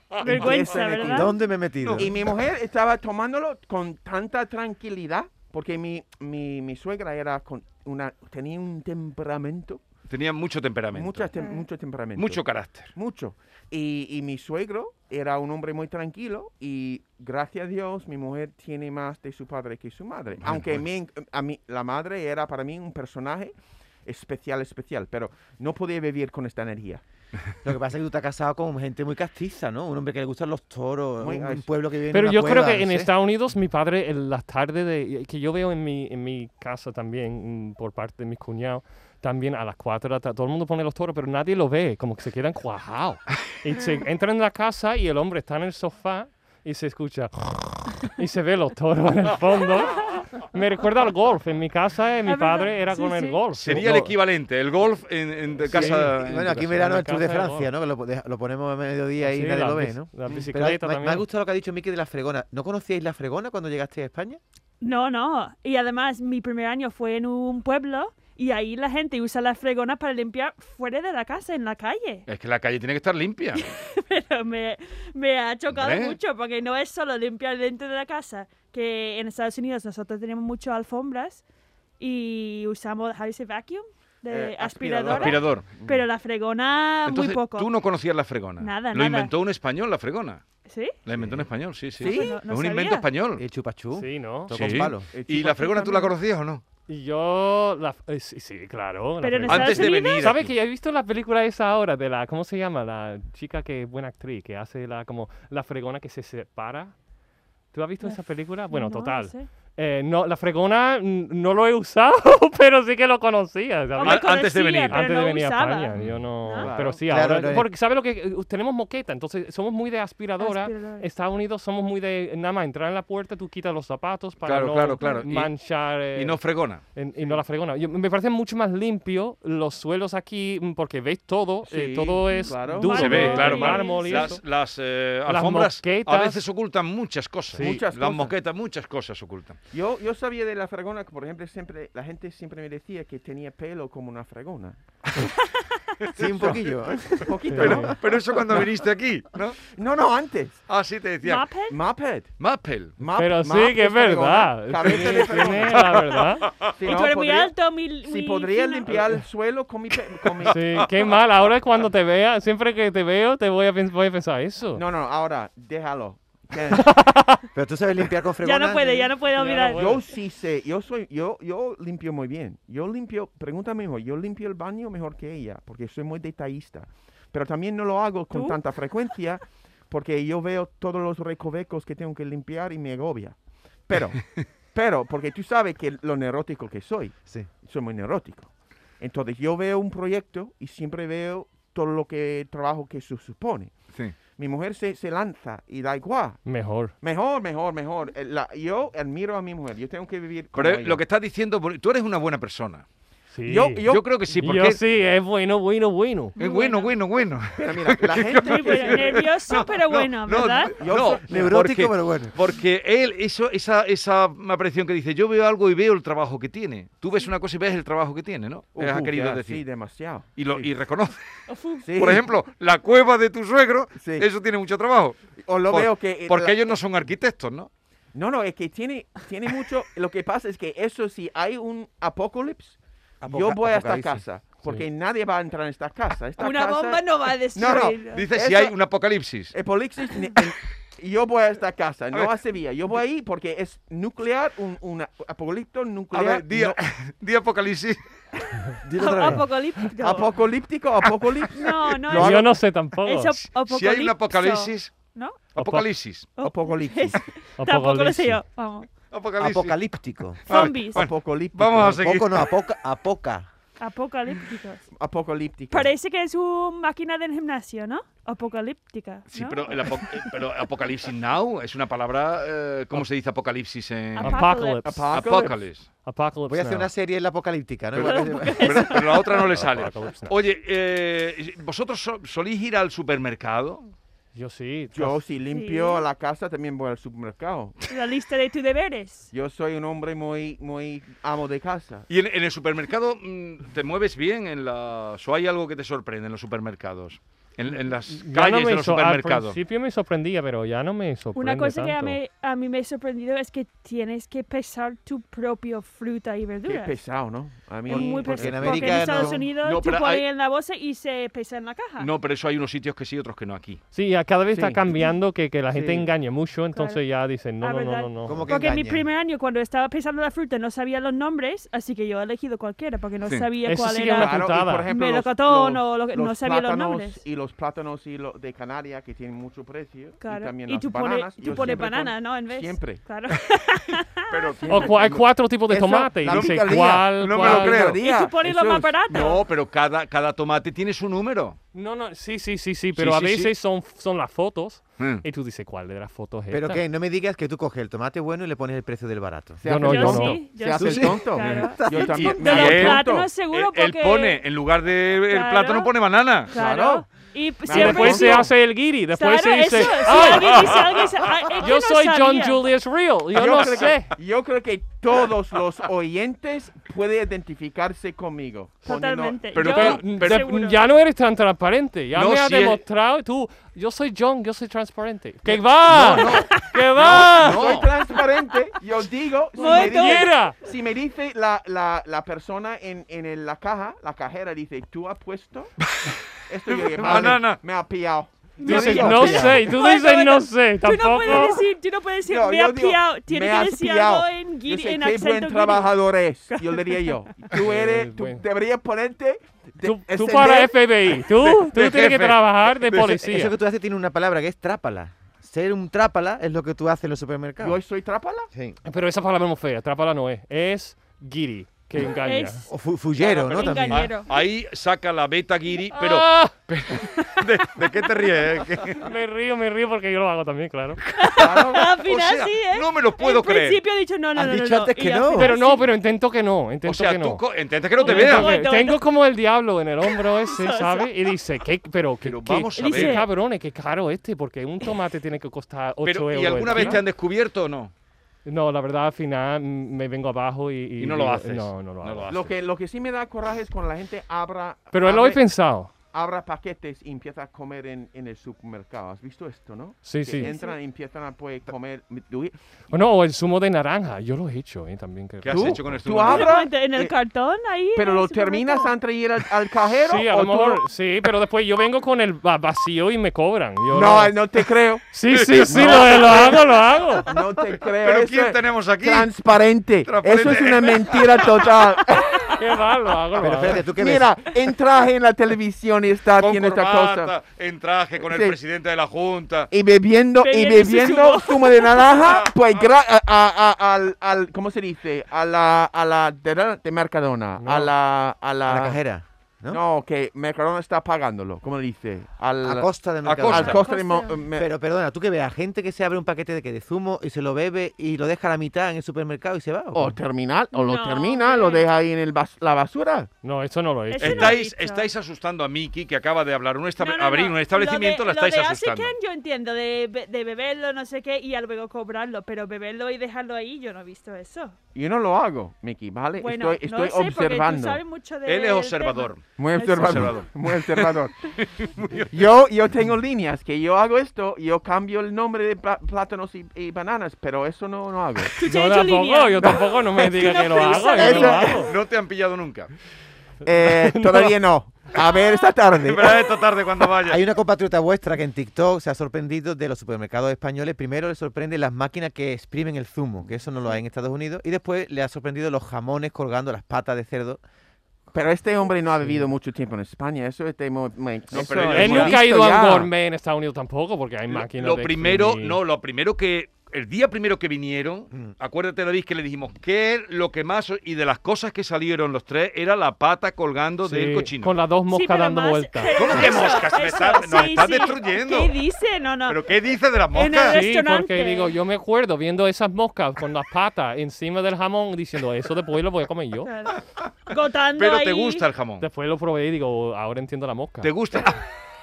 [SPEAKER 2] Vergüenza,
[SPEAKER 5] Empieza,
[SPEAKER 2] ¿verdad?
[SPEAKER 4] ¿Dónde me he metido?
[SPEAKER 5] Y mi mujer estaba tomándolo con tanta tranquilidad, porque mi, mi, mi suegra era con una, tenía un temperamento,
[SPEAKER 1] Tenía mucho temperamento,
[SPEAKER 5] mucha tem-
[SPEAKER 2] Ah.
[SPEAKER 5] mucho temperamento.
[SPEAKER 1] mucho carácter.
[SPEAKER 5] Mucho. Y, y mi suegro era un hombre muy tranquilo y gracias a Dios mi mujer tiene más de su padre que su madre.
[SPEAKER 1] Bueno,
[SPEAKER 5] Aunque
[SPEAKER 1] bueno.
[SPEAKER 5] me en- a mí, la madre era para mí un personaje especial, especial, pero no podía vivir con esta energía.
[SPEAKER 4] Lo que pasa es que tú te has casado con gente muy castiza, ¿no? Un hombre que le gustan los toros,
[SPEAKER 5] Muy-
[SPEAKER 4] un,
[SPEAKER 5] ay,
[SPEAKER 4] un pueblo que vive
[SPEAKER 3] Pero
[SPEAKER 4] en una
[SPEAKER 3] yo creo
[SPEAKER 4] cueva,
[SPEAKER 3] que en
[SPEAKER 4] no sé.
[SPEAKER 3] Estados Unidos mi padre en las tardes de, que yo veo en mi, en mi casa también mm, por parte de mis cuñados, también a las 4 de la tarde, todo el mundo pone los toros, pero nadie lo ve, como que se quedan cuajados. y se entran en la casa y el hombre está en el sofá y se escucha y se ve los toros en el fondo. Me recuerda al golf, en mi casa eh, mi
[SPEAKER 2] Es Ah, verdad,
[SPEAKER 3] padre era
[SPEAKER 2] sí,
[SPEAKER 3] con el
[SPEAKER 2] sí.
[SPEAKER 3] golf.
[SPEAKER 1] Sería el
[SPEAKER 3] Go-
[SPEAKER 1] equivalente, el golf en, en de
[SPEAKER 3] Sí.
[SPEAKER 1] casa...
[SPEAKER 4] Bueno, aquí en
[SPEAKER 3] Educación,
[SPEAKER 4] verano
[SPEAKER 3] una
[SPEAKER 4] el Tour de
[SPEAKER 3] casa de
[SPEAKER 4] Francia, ¿no? Que lo, po- lo ponemos a mediodía y
[SPEAKER 3] Ah, Sí,
[SPEAKER 4] nadie
[SPEAKER 3] la
[SPEAKER 4] lo ve,
[SPEAKER 3] bici-
[SPEAKER 4] ¿no?
[SPEAKER 3] La
[SPEAKER 4] Pero hay-
[SPEAKER 3] bicicleta
[SPEAKER 4] me, me ha
[SPEAKER 3] también.
[SPEAKER 4] gustado lo que ha dicho Miki de la fregona. ¿No conocíais la fregona cuando llegaste a España?
[SPEAKER 2] No, no. Y además, mi primer año fue en un pueblo y ahí la gente usa las fregonas para limpiar fuera de la casa, en la calle.
[SPEAKER 1] Es que la calle tiene que estar limpia.
[SPEAKER 2] Pero me, me ha chocado
[SPEAKER 1] Hombre.
[SPEAKER 2] mucho porque no es solo limpiar dentro de la casa, que en Estados Unidos nosotros tenemos muchas alfombras y usamos, ¿how do you say vacuum? De
[SPEAKER 5] Eh,
[SPEAKER 2] aspiradora,
[SPEAKER 1] Aspirador.
[SPEAKER 2] pero la fregona
[SPEAKER 1] Entonces,
[SPEAKER 2] Ah, muy poco.
[SPEAKER 1] tú no conocías la fregona.
[SPEAKER 2] Nada,
[SPEAKER 1] Lo
[SPEAKER 2] nada.
[SPEAKER 1] inventó un español, la fregona.
[SPEAKER 2] ¿Sí?
[SPEAKER 1] La inventó un español, sí, sí.
[SPEAKER 2] Sí, no- no
[SPEAKER 1] es un
[SPEAKER 2] sabía.
[SPEAKER 1] invento español.
[SPEAKER 4] El chupachú.
[SPEAKER 3] Sí, ¿no?
[SPEAKER 4] Tocó
[SPEAKER 1] Mm. Sí.
[SPEAKER 4] un palo.
[SPEAKER 5] El
[SPEAKER 1] ¿Y
[SPEAKER 5] chico
[SPEAKER 1] la
[SPEAKER 5] aquí
[SPEAKER 1] fregona tú la
[SPEAKER 5] también-
[SPEAKER 1] conocías o no?
[SPEAKER 3] Y yo, la, eh, sí, sí, claro. la
[SPEAKER 2] Pero en
[SPEAKER 3] fregona.
[SPEAKER 2] Estados
[SPEAKER 1] Antes de
[SPEAKER 2] Unidos?
[SPEAKER 1] venir.
[SPEAKER 3] ¿Sabes
[SPEAKER 1] aquí.
[SPEAKER 3] que ya he visto la película esa ahora de la, ¿cómo se llama? La chica que es buena actriz, que hace la, como, la fregona que se separa. ¿Tú has visto
[SPEAKER 2] La
[SPEAKER 3] esa película? Bueno,
[SPEAKER 2] No, no
[SPEAKER 3] total.
[SPEAKER 2] sé.
[SPEAKER 3] Eh, no, la fregona mm, no lo he usado, pero sí que lo conocía. ¿sabes?
[SPEAKER 2] Hombre,
[SPEAKER 1] An- antes de
[SPEAKER 2] conocía,
[SPEAKER 1] venir.
[SPEAKER 2] pero
[SPEAKER 3] Antes
[SPEAKER 2] no
[SPEAKER 3] de venir
[SPEAKER 2] usaba.
[SPEAKER 3] a España, yo no.
[SPEAKER 2] ¿No?
[SPEAKER 5] Claro.
[SPEAKER 3] Pero sí,
[SPEAKER 4] Claro,
[SPEAKER 3] ahora.
[SPEAKER 4] no es-
[SPEAKER 3] Porque, ¿sabes lo que? Eh, Tenemos moqueta, entonces somos muy de aspiradora.
[SPEAKER 2] Aspiradora.
[SPEAKER 3] Estados Unidos somos muy de. Nada más entrar en la puerta, tú quitas los zapatos para
[SPEAKER 1] Claro,
[SPEAKER 3] no
[SPEAKER 1] claro, claro. Y-
[SPEAKER 3] manchar. eh,
[SPEAKER 1] Y no fregona.
[SPEAKER 3] en- y no la fregona. Yo- me parece mucho más limpio los suelos aquí mm, porque veis todo, eh,
[SPEAKER 5] Sí,
[SPEAKER 3] todo es
[SPEAKER 5] claro.
[SPEAKER 3] duro,
[SPEAKER 1] Se ve,
[SPEAKER 3] ¿no?
[SPEAKER 1] claro,
[SPEAKER 3] El
[SPEAKER 1] claro.
[SPEAKER 3] mármol y
[SPEAKER 1] Las,
[SPEAKER 3] eso.
[SPEAKER 1] las, eh, alfombras a
[SPEAKER 3] moquetas.
[SPEAKER 1] veces ocultan muchas cosas.
[SPEAKER 3] Sí.
[SPEAKER 5] Muchas
[SPEAKER 1] las
[SPEAKER 5] cosas.
[SPEAKER 1] moquetas, muchas cosas ocultan.
[SPEAKER 5] Yo, yo sabía de la fregona, que, por ejemplo, siempre, la gente siempre me decía que tenía pelo como una fregona.
[SPEAKER 4] Sí, un poquillo. ¿eh?
[SPEAKER 5] Un poquito,
[SPEAKER 3] Sí.
[SPEAKER 5] ¿no?
[SPEAKER 1] Pero, pero eso cuando viniste aquí, ¿no?
[SPEAKER 5] No, no, antes.
[SPEAKER 1] Ah, sí, te decía.
[SPEAKER 2] Muppet?
[SPEAKER 5] Muppet.
[SPEAKER 1] Mappel.
[SPEAKER 5] Mupp-
[SPEAKER 3] Pero
[SPEAKER 5] Muppet
[SPEAKER 3] sí que es
[SPEAKER 5] fregona,
[SPEAKER 3] verdad.
[SPEAKER 5] Cabeza de
[SPEAKER 3] Tiene- tiene
[SPEAKER 5] fregona.
[SPEAKER 3] la verdad.
[SPEAKER 5] Si
[SPEAKER 2] y
[SPEAKER 5] no,
[SPEAKER 2] tú eres muy
[SPEAKER 5] podría-
[SPEAKER 2] alto, muy,
[SPEAKER 5] Si
[SPEAKER 2] muy
[SPEAKER 5] podría
[SPEAKER 2] fino.
[SPEAKER 5] limpiar el suelo con mi... pe- con mi-
[SPEAKER 3] Sí, qué mal. Ahora cuando te vea, siempre que te veo, te voy a, pens- voy a pensar eso.
[SPEAKER 5] No, no, ahora, déjalo. Que-
[SPEAKER 4] Pero tú sabes limpiar con fregona.
[SPEAKER 2] Ya no puede, ya no puede
[SPEAKER 3] Ya no
[SPEAKER 2] olvidar.
[SPEAKER 3] puede.
[SPEAKER 5] Yo sí sé, yo soy, yo, yo limpio muy bien. Yo limpio, pregúntame mejor, yo limpio el baño mejor que ella, porque soy muy detallista. Pero también no lo hago con
[SPEAKER 2] ¿Tú?
[SPEAKER 5] tanta frecuencia, porque yo veo todos los recovecos que tengo que limpiar y me agobia. Pero, pero, porque tú sabes que lo neurótico que soy,
[SPEAKER 4] Sí.
[SPEAKER 5] soy muy neurótico. Entonces yo veo un proyecto y siempre veo todo lo que trabajo que se supone.
[SPEAKER 1] Sí.
[SPEAKER 5] Mi mujer se, se lanza y da igual.
[SPEAKER 3] Mejor.
[SPEAKER 5] Mejor, mejor, mejor. Eh, la- yo admiro a mi mujer. Yo tengo que vivir con
[SPEAKER 1] Pero eh, lo que estás diciendo, tú eres una buena persona.
[SPEAKER 3] Sí.
[SPEAKER 5] Yo-
[SPEAKER 1] Yo,
[SPEAKER 5] Yo-
[SPEAKER 1] creo que sí,
[SPEAKER 3] Yo
[SPEAKER 1] porque
[SPEAKER 3] sí, es bueno, bueno, bueno.
[SPEAKER 1] es bueno, bueno, bueno.
[SPEAKER 5] mira, la
[SPEAKER 2] Sí,
[SPEAKER 5] gente...
[SPEAKER 2] pero pues, nervioso, pero bueno,
[SPEAKER 1] no,
[SPEAKER 2] ¿verdad?
[SPEAKER 5] Yo
[SPEAKER 1] no,
[SPEAKER 5] soy-
[SPEAKER 4] Neurótico,
[SPEAKER 1] porque-
[SPEAKER 4] pero bueno.
[SPEAKER 1] Porque él, eso, esa, esa aparición que dice, yo veo algo y veo el trabajo que tiene. Tú ves una cosa y ves el trabajo que tiene, ¿no?
[SPEAKER 5] Uh,
[SPEAKER 1] Él ha
[SPEAKER 5] uh,
[SPEAKER 1] querido
[SPEAKER 5] ya, Sí,
[SPEAKER 1] decir.
[SPEAKER 5] demasiado.
[SPEAKER 1] Y, lo,
[SPEAKER 5] Sí,
[SPEAKER 1] y reconoce.
[SPEAKER 5] sí.
[SPEAKER 1] Por ejemplo, la cueva de tu suegro,
[SPEAKER 5] Sí.
[SPEAKER 1] eso tiene mucho trabajo.
[SPEAKER 5] o lo
[SPEAKER 1] Por-
[SPEAKER 5] veo que... eh,
[SPEAKER 1] Porque
[SPEAKER 5] la-
[SPEAKER 1] ellos no son arquitectos, ¿no?
[SPEAKER 5] No, no, es que tiene, tiene mucho... Lo que pasa es que eso, si hay un apocalipsis, yo voy hasta
[SPEAKER 4] apocalipsis.
[SPEAKER 5] casa. porque nadie va a entrar en esta casa. Esta
[SPEAKER 2] Una
[SPEAKER 5] casa-
[SPEAKER 2] bomba no va a destruir.
[SPEAKER 1] Dice si
[SPEAKER 5] Eso- Eh.
[SPEAKER 1] hay un apocalipsis.
[SPEAKER 5] Apocalipsis, ne- en- yo voy a esta casa, no
[SPEAKER 1] ver.
[SPEAKER 5] a, Sevilla. Yo voy ahí porque es nuclear, un, un apocalipto
[SPEAKER 1] A
[SPEAKER 5] nuclear.
[SPEAKER 1] ver, di, di apocalipsis.
[SPEAKER 4] Dilo otra vez.
[SPEAKER 5] no-
[SPEAKER 2] Apocalipto.
[SPEAKER 5] apocalíptico, apocalipsis.
[SPEAKER 2] no, no.
[SPEAKER 5] Lo
[SPEAKER 2] es-
[SPEAKER 3] Yo no sé tampoco.
[SPEAKER 2] es ap-
[SPEAKER 1] Si hay un
[SPEAKER 2] apocalipso,
[SPEAKER 1] apocalipsis.
[SPEAKER 2] ¿No?
[SPEAKER 1] Apocalipsis.
[SPEAKER 2] Oh,
[SPEAKER 5] Apocalipsis.
[SPEAKER 2] Tampoco lo sé yo. Vamos.
[SPEAKER 1] Apocalipsis.
[SPEAKER 4] Apocalíptico.
[SPEAKER 2] Zombies.
[SPEAKER 1] Bueno,
[SPEAKER 5] Apocalíptico.
[SPEAKER 1] vamos a seguir.
[SPEAKER 4] Poco no, apoca, apoca.
[SPEAKER 2] Apocalípticos.
[SPEAKER 5] Apocalíptico.
[SPEAKER 2] Parece que es una máquina del gimnasio, ¿no? Apocalíptica.
[SPEAKER 1] Sí,
[SPEAKER 2] ¿no?
[SPEAKER 1] pero, el apo- eh, pero apocalipsis now es una palabra. eh, ¿Cómo se dice apocalipsis en
[SPEAKER 2] Apa-
[SPEAKER 3] Apocalypse.
[SPEAKER 5] Apocalipsis.
[SPEAKER 1] apocalipsis?
[SPEAKER 3] Apocalypse.
[SPEAKER 4] Voy a hacer
[SPEAKER 3] now.
[SPEAKER 4] una serie en la apocalíptica, ¿no?
[SPEAKER 1] Pero-
[SPEAKER 4] Igual que-
[SPEAKER 1] Pero, pero la otra no le sale.
[SPEAKER 3] Apocalipsis now.
[SPEAKER 1] Oye, eh, ¿vosotros so- solís ir al supermercado?
[SPEAKER 3] Yo sí.
[SPEAKER 5] Yo si limpio
[SPEAKER 2] Sí.
[SPEAKER 5] la casa también voy al supermercado.
[SPEAKER 2] La lista de tus deberes.
[SPEAKER 5] Yo soy un hombre muy, muy amo de casa.
[SPEAKER 1] ¿Y en, en el supermercado mm, te mueves bien? En la, ¿O hay algo que te sorprende en los supermercados? En, en las
[SPEAKER 3] Ya
[SPEAKER 1] calles
[SPEAKER 3] no me ah, pues
[SPEAKER 1] de los
[SPEAKER 3] hizo- Al
[SPEAKER 1] supermercados.
[SPEAKER 3] principio me sorprendía, pero ya no me sorprende
[SPEAKER 2] Una cosa que a
[SPEAKER 3] tanto.
[SPEAKER 2] mí, a mí me ha sorprendido es que tienes que pesar tu propia fruta y
[SPEAKER 5] Qué
[SPEAKER 2] verdura.
[SPEAKER 5] pesado, ¿no? A mí,
[SPEAKER 2] Es muy
[SPEAKER 4] porque
[SPEAKER 2] pesado.
[SPEAKER 4] en
[SPEAKER 2] Porque en
[SPEAKER 4] América
[SPEAKER 2] Estados
[SPEAKER 4] no-
[SPEAKER 2] Unidos
[SPEAKER 1] No,
[SPEAKER 2] tú
[SPEAKER 1] pero
[SPEAKER 2] pones
[SPEAKER 1] hay-
[SPEAKER 2] en la bolsa y se pesa en la caja.
[SPEAKER 1] No, pero eso hay unos sitios que sí, otros que no aquí.
[SPEAKER 3] Sí, ya cada vez
[SPEAKER 5] Sí.
[SPEAKER 3] está cambiando que, que la gente
[SPEAKER 5] Sí.
[SPEAKER 3] engaña mucho, entonces ya dicen, no,
[SPEAKER 2] La
[SPEAKER 3] no, no,
[SPEAKER 2] verdad.
[SPEAKER 3] no, no.
[SPEAKER 4] ¿Cómo que
[SPEAKER 2] Porque en mi
[SPEAKER 4] engañan?
[SPEAKER 2] primer año, cuando estaba pesando la fruta, no sabía los nombres, así que yo he elegido cualquiera, porque no
[SPEAKER 1] Sí.
[SPEAKER 2] sabía
[SPEAKER 3] Eso
[SPEAKER 2] cuál
[SPEAKER 3] sí que
[SPEAKER 2] era.
[SPEAKER 3] es una
[SPEAKER 5] Claro, y
[SPEAKER 3] putada.
[SPEAKER 5] por ejemplo, los,
[SPEAKER 2] Melocotón
[SPEAKER 5] los-
[SPEAKER 2] o lo que- no
[SPEAKER 5] los
[SPEAKER 2] sabía los
[SPEAKER 5] plátanos
[SPEAKER 2] nombres.
[SPEAKER 5] Y los plátanos y los de Canarias que tienen mucho precio.
[SPEAKER 2] Claro.
[SPEAKER 5] Y también
[SPEAKER 2] Y
[SPEAKER 5] las
[SPEAKER 2] tú pones,
[SPEAKER 5] bananas.
[SPEAKER 2] tú
[SPEAKER 5] Yo
[SPEAKER 2] pones
[SPEAKER 5] siempre pon-
[SPEAKER 2] banana, ¿no? En vez. Ah,
[SPEAKER 5] Siempre.
[SPEAKER 2] Claro.
[SPEAKER 1] Pero,
[SPEAKER 3] O cu- hay cuatro tipos de
[SPEAKER 5] Eso,
[SPEAKER 3] tomate y
[SPEAKER 5] la
[SPEAKER 3] dice,
[SPEAKER 5] picardía.
[SPEAKER 3] ¿cuál?
[SPEAKER 1] No me lo
[SPEAKER 3] cuál?
[SPEAKER 1] creo.
[SPEAKER 2] y tú pones lo
[SPEAKER 5] Jesús.
[SPEAKER 2] más barato.
[SPEAKER 1] no, pero cada, cada tomate tiene su número.
[SPEAKER 3] No, no, sí, sí, sí, sí, pero
[SPEAKER 1] Sí,
[SPEAKER 3] a
[SPEAKER 1] sí, sí.
[SPEAKER 3] veces Son, son las fotos
[SPEAKER 1] Mm.
[SPEAKER 3] y tú dices, ¿cuál de las fotos es
[SPEAKER 4] Pero
[SPEAKER 3] esta?
[SPEAKER 4] que no me digas que tú coges el tomate bueno y le pones el precio del barato.
[SPEAKER 5] Se
[SPEAKER 3] Yo
[SPEAKER 5] hace
[SPEAKER 3] no,
[SPEAKER 5] el
[SPEAKER 3] yo
[SPEAKER 5] tonto.
[SPEAKER 2] sí, yo
[SPEAKER 5] Se hace
[SPEAKER 3] sí.
[SPEAKER 5] el tonto.
[SPEAKER 2] Claro.
[SPEAKER 5] Yo también.
[SPEAKER 1] De
[SPEAKER 2] Pero
[SPEAKER 5] me
[SPEAKER 1] los
[SPEAKER 2] los
[SPEAKER 5] hago
[SPEAKER 1] Bien.
[SPEAKER 5] el tonto.
[SPEAKER 2] plátanos seguro
[SPEAKER 1] Eh, Él- él,
[SPEAKER 2] porque...
[SPEAKER 1] pone, en lugar de el
[SPEAKER 2] Claro.
[SPEAKER 1] plátano pone banana.
[SPEAKER 2] Claro.
[SPEAKER 5] Claro.
[SPEAKER 2] Y
[SPEAKER 3] Y
[SPEAKER 2] siempre
[SPEAKER 3] después se
[SPEAKER 2] digo,
[SPEAKER 3] hace el guiri, después
[SPEAKER 2] claro,
[SPEAKER 3] se dice,
[SPEAKER 2] eso, si
[SPEAKER 3] "Ay,
[SPEAKER 2] alguien dice algo, dice, "Ay, es que
[SPEAKER 3] yo
[SPEAKER 2] no
[SPEAKER 3] soy John
[SPEAKER 2] sabía".
[SPEAKER 3] Julius Real, yo
[SPEAKER 5] Yo
[SPEAKER 3] no
[SPEAKER 5] creo
[SPEAKER 3] sé.
[SPEAKER 5] que- yo creo que todos los oyentes pueden identificarse conmigo. poniendo-
[SPEAKER 2] Totalmente.
[SPEAKER 1] Pero-
[SPEAKER 2] yo,
[SPEAKER 3] Pero,
[SPEAKER 1] pero-
[SPEAKER 3] de-
[SPEAKER 2] seguro.
[SPEAKER 3] ya no eres tan transparente, ya
[SPEAKER 1] No,
[SPEAKER 3] me has
[SPEAKER 1] sí es-
[SPEAKER 3] demostrado, tú, yo soy John, yo soy transparente. ¡Que va! ¡Que va!
[SPEAKER 1] no.
[SPEAKER 5] Soy transparente. Yo digo, si me,
[SPEAKER 2] Bueno.
[SPEAKER 5] dice,
[SPEAKER 3] ¡Mira!
[SPEAKER 5] si me dice la, la, la persona en, en el- la caja, la cajera dice, ¿tú has puesto? Esto yo digo, "Vale,
[SPEAKER 1] Banana.
[SPEAKER 5] Me ha pillado. Yo
[SPEAKER 3] Dices,
[SPEAKER 5] digo,
[SPEAKER 3] no
[SPEAKER 5] "Mira,
[SPEAKER 3] sé, y tú
[SPEAKER 2] Bueno,
[SPEAKER 3] dices,
[SPEAKER 2] bueno,
[SPEAKER 3] no sé,
[SPEAKER 2] Tú no
[SPEAKER 3] tampoco.
[SPEAKER 2] puedes decir, tú no puedes decir,
[SPEAKER 5] No,
[SPEAKER 2] me
[SPEAKER 5] yo
[SPEAKER 2] ha
[SPEAKER 5] digo,
[SPEAKER 2] pillado.
[SPEAKER 5] me
[SPEAKER 2] Tienes
[SPEAKER 5] has
[SPEAKER 2] que decir
[SPEAKER 5] pillado.
[SPEAKER 2] algo en,
[SPEAKER 5] Yo
[SPEAKER 2] guiri-
[SPEAKER 5] sé
[SPEAKER 2] en
[SPEAKER 5] qué
[SPEAKER 2] acento
[SPEAKER 5] buen
[SPEAKER 2] guiri.
[SPEAKER 5] trabajador es. Yo le diría yo. Tú
[SPEAKER 3] Eh,
[SPEAKER 5] eres, tú
[SPEAKER 3] bueno.
[SPEAKER 5] deberías ponerte. de-
[SPEAKER 3] Tú, tú
[SPEAKER 5] encender-
[SPEAKER 3] para FBI, tú, tú
[SPEAKER 1] de
[SPEAKER 3] tienes que
[SPEAKER 1] jefe.
[SPEAKER 3] trabajar de
[SPEAKER 4] Eso
[SPEAKER 3] policía.
[SPEAKER 4] que tú haces tiene una palabra que es trápala. Ser un trápala es lo que tú haces en los supermercados.
[SPEAKER 5] Yo soy trápala.
[SPEAKER 4] Sí.
[SPEAKER 3] Pero esa palabra no es fea, trápala no es. Es giri, que engaña.
[SPEAKER 2] Es
[SPEAKER 4] O fu- fullero, ¿no? También.
[SPEAKER 1] Ah,
[SPEAKER 2] Pero-
[SPEAKER 1] Ahí saca la beta guiri,
[SPEAKER 2] Oh.
[SPEAKER 1] pero
[SPEAKER 3] ¡Ah!
[SPEAKER 1] ¿de, de qué te ríes? eh? ¿Qué-
[SPEAKER 3] Me río, me río porque yo lo hago también, claro.
[SPEAKER 2] al final
[SPEAKER 1] o sea,
[SPEAKER 2] sí, ¿eh?
[SPEAKER 1] no me lo puedo
[SPEAKER 2] en
[SPEAKER 1] creer.
[SPEAKER 2] principio he dicho no, no,
[SPEAKER 4] Has
[SPEAKER 2] no,
[SPEAKER 4] dicho
[SPEAKER 2] no, no,
[SPEAKER 4] antes que
[SPEAKER 2] y al
[SPEAKER 4] no.
[SPEAKER 2] final
[SPEAKER 3] Pero no,
[SPEAKER 2] sí.
[SPEAKER 3] pero intento que no, intento
[SPEAKER 1] O sea,
[SPEAKER 3] que no.
[SPEAKER 1] tú co- intentas que no te
[SPEAKER 2] Intento
[SPEAKER 1] vean.
[SPEAKER 2] que-
[SPEAKER 3] Porque
[SPEAKER 2] no,
[SPEAKER 3] tengo
[SPEAKER 2] no.
[SPEAKER 3] como el diablo en el hombro ese, ¿sabes? Y dice, ¿qué? Pero, ¿qué,
[SPEAKER 1] Pero
[SPEAKER 3] qué-
[SPEAKER 1] vamos a
[SPEAKER 3] qué
[SPEAKER 2] ver.
[SPEAKER 3] cabrones, qué caro este, porque un tomate tiene que costar 8
[SPEAKER 1] Pero,
[SPEAKER 3] euros. Eh,
[SPEAKER 1] ¿Y alguna
[SPEAKER 3] el
[SPEAKER 1] vez
[SPEAKER 3] kilo.
[SPEAKER 1] te han descubierto o no?
[SPEAKER 3] No, la verdad, al final mm, me vengo abajo y...
[SPEAKER 1] Y no lo
[SPEAKER 3] digo,
[SPEAKER 1] haces.
[SPEAKER 3] No, no lo hago.
[SPEAKER 1] haces.
[SPEAKER 5] Lo que, lo que sí me da coraje es cuando la gente abra.
[SPEAKER 3] Pero lo he
[SPEAKER 5] abre,
[SPEAKER 3] pensado.
[SPEAKER 5] abra paquetes y empieza a comer en, en el supermercado. ¿Has visto esto, no?
[SPEAKER 3] Sí,
[SPEAKER 5] Que
[SPEAKER 3] sí.
[SPEAKER 5] entran y empiezan a pues, comer. ¿Tú,
[SPEAKER 3] O no, o el zumo de naranja. Yo lo he hecho, ¿eh? También creo.
[SPEAKER 1] ¿Qué has
[SPEAKER 5] tú-
[SPEAKER 1] hecho con esto?
[SPEAKER 5] tú
[SPEAKER 2] Pero
[SPEAKER 5] abra-
[SPEAKER 2] cuenta, en el
[SPEAKER 5] eh,
[SPEAKER 2] cartón ahí.
[SPEAKER 5] pero
[SPEAKER 2] en el
[SPEAKER 5] lo terminas
[SPEAKER 2] supermercado.
[SPEAKER 5] antes de ir al, al cajero.
[SPEAKER 3] Sí, a lo
[SPEAKER 5] o tú-
[SPEAKER 3] mejor, sí, pero después yo vengo con el va- vacío y me cobran. Yo
[SPEAKER 5] No, no te creo.
[SPEAKER 3] Sí, sí, sí, lo, lo hago, lo hago.
[SPEAKER 5] No te creo.
[SPEAKER 1] ¿Pero
[SPEAKER 5] eso
[SPEAKER 1] quién
[SPEAKER 5] es
[SPEAKER 1] tenemos aquí?
[SPEAKER 5] Transparente.
[SPEAKER 1] Transparente.
[SPEAKER 5] Eso es una mentira total.
[SPEAKER 3] Qué va, lo hago, lo
[SPEAKER 4] Pero
[SPEAKER 3] hago.
[SPEAKER 4] espérate, ¿tú qué ves?
[SPEAKER 5] Mira, en traje en la televisión y está
[SPEAKER 1] Con
[SPEAKER 5] haciendo esta cosa.
[SPEAKER 1] corbata, en traje, con el
[SPEAKER 5] Sí.
[SPEAKER 1] presidente de la Junta.
[SPEAKER 5] Y bebiendo, y
[SPEAKER 2] Bebiendo su
[SPEAKER 5] bebiendo
[SPEAKER 2] zumo.
[SPEAKER 5] zumo de naranja, pues gra- a- a- a- al, al, ¿cómo se dice? A la, a la de, de Mercadona,
[SPEAKER 3] No.
[SPEAKER 5] a la, a
[SPEAKER 4] A
[SPEAKER 5] la,
[SPEAKER 4] la cajera, ¿no?
[SPEAKER 5] No, que Mercadona está pagándolo, ¿cómo le dice? Al,
[SPEAKER 4] A costa del
[SPEAKER 1] A
[SPEAKER 4] mercado.
[SPEAKER 5] al
[SPEAKER 1] costa.
[SPEAKER 5] coste de mo-
[SPEAKER 2] Costa.
[SPEAKER 5] me-
[SPEAKER 4] Pero perdona, ¿tú qué ves? ¿A gente que se abre un paquete de, que de zumo y se lo bebe y lo deja a la mitad en el supermercado y se va? o
[SPEAKER 5] o
[SPEAKER 4] cómo?
[SPEAKER 5] terminal, o lo
[SPEAKER 2] No,
[SPEAKER 5] termina, lo
[SPEAKER 2] hombre.
[SPEAKER 5] deja ahí en el bas- la basura.
[SPEAKER 3] No, esto no lo he hecho.
[SPEAKER 2] Ese no lo he
[SPEAKER 1] Estáis,
[SPEAKER 2] dicho.
[SPEAKER 1] estáis asustando a Miki, que acaba de hablar un estable-
[SPEAKER 2] No, no,
[SPEAKER 1] abrir
[SPEAKER 2] no.
[SPEAKER 1] un establecimiento,
[SPEAKER 2] lo
[SPEAKER 1] la
[SPEAKER 2] de,
[SPEAKER 1] estáis
[SPEAKER 2] lo de
[SPEAKER 1] asustando.
[SPEAKER 2] Asiken yo entiendo, de, be- de beberlo, no sé qué, y ya luego cobrarlo, pero beberlo y dejarlo ahí, yo no he visto eso.
[SPEAKER 5] Yo no lo hago, Mickey, ¿vale?
[SPEAKER 2] Bueno,
[SPEAKER 5] estoy
[SPEAKER 2] no
[SPEAKER 5] estoy
[SPEAKER 2] sé, porque tú
[SPEAKER 5] observando.
[SPEAKER 2] sabes mucho de
[SPEAKER 1] Él es observador.
[SPEAKER 5] Muy
[SPEAKER 2] Eso.
[SPEAKER 5] observador. Muy observador. yo, yo tengo líneas que yo hago esto, yo cambio el nombre de pla- plátanos y, y bananas, pero eso no, no hago.
[SPEAKER 2] Tú
[SPEAKER 3] Yo
[SPEAKER 2] tienes tu
[SPEAKER 3] tampoco,
[SPEAKER 2] línea.
[SPEAKER 3] yo tampoco, no me digas
[SPEAKER 2] no
[SPEAKER 3] que lo
[SPEAKER 2] puedes
[SPEAKER 3] hago, yo
[SPEAKER 2] saber.
[SPEAKER 3] lo hago.
[SPEAKER 1] No te han pillado nunca.
[SPEAKER 5] Eh, todavía no. A ver esta tarde.
[SPEAKER 1] Espera esta tarde cuando vaya.
[SPEAKER 4] Hay una compatriota vuestra que en TikTok se ha sorprendido de los supermercados españoles. Primero le sorprende las máquinas que exprimen el zumo, que eso no lo hay en Estados Unidos. Y después le ha sorprendido los jamones colgando las patas de cerdo.
[SPEAKER 5] Pero este hombre no ha vivido mucho tiempo en España. Eso es de mo- me-
[SPEAKER 1] No,
[SPEAKER 5] eso
[SPEAKER 1] pero ellos
[SPEAKER 5] es
[SPEAKER 1] ya-
[SPEAKER 3] Él nunca ha
[SPEAKER 5] visto
[SPEAKER 3] ido a un
[SPEAKER 5] ya.
[SPEAKER 3] gourmet en Estados Unidos tampoco, porque hay
[SPEAKER 1] Lo-
[SPEAKER 3] máquinas
[SPEAKER 1] Lo
[SPEAKER 3] de
[SPEAKER 1] primero,
[SPEAKER 3] exprimir.
[SPEAKER 1] no, lo primero que. El día primero que vinieron,
[SPEAKER 4] Mm.
[SPEAKER 1] acuérdate, David, que le dijimos que es lo que más. Y de las cosas que salieron los tres, era la pata colgando
[SPEAKER 3] Sí,
[SPEAKER 1] del cochino.
[SPEAKER 3] Con las dos moscas
[SPEAKER 2] pero
[SPEAKER 3] dando
[SPEAKER 2] más-
[SPEAKER 3] vueltas.
[SPEAKER 2] pero
[SPEAKER 1] ¿Cómo que
[SPEAKER 2] eso,
[SPEAKER 1] moscas? Me
[SPEAKER 2] eso,
[SPEAKER 1] está- nos
[SPEAKER 2] sí,
[SPEAKER 1] está
[SPEAKER 2] sí.
[SPEAKER 1] destruyendo.
[SPEAKER 2] ¿Qué dice? No, no.
[SPEAKER 1] ¿Pero qué dices de las
[SPEAKER 2] En el
[SPEAKER 1] moscas?
[SPEAKER 3] Sí, porque
[SPEAKER 2] restaurante.
[SPEAKER 3] digo, yo me acuerdo viendo esas moscas con las patas encima del jamón diciendo, eso después lo voy a comer yo.
[SPEAKER 2] Claro. Gotando
[SPEAKER 1] Pero te
[SPEAKER 2] ahí.
[SPEAKER 1] gusta el jamón.
[SPEAKER 3] Después lo probé y digo, ahora entiendo la mosca.
[SPEAKER 1] Te gusta.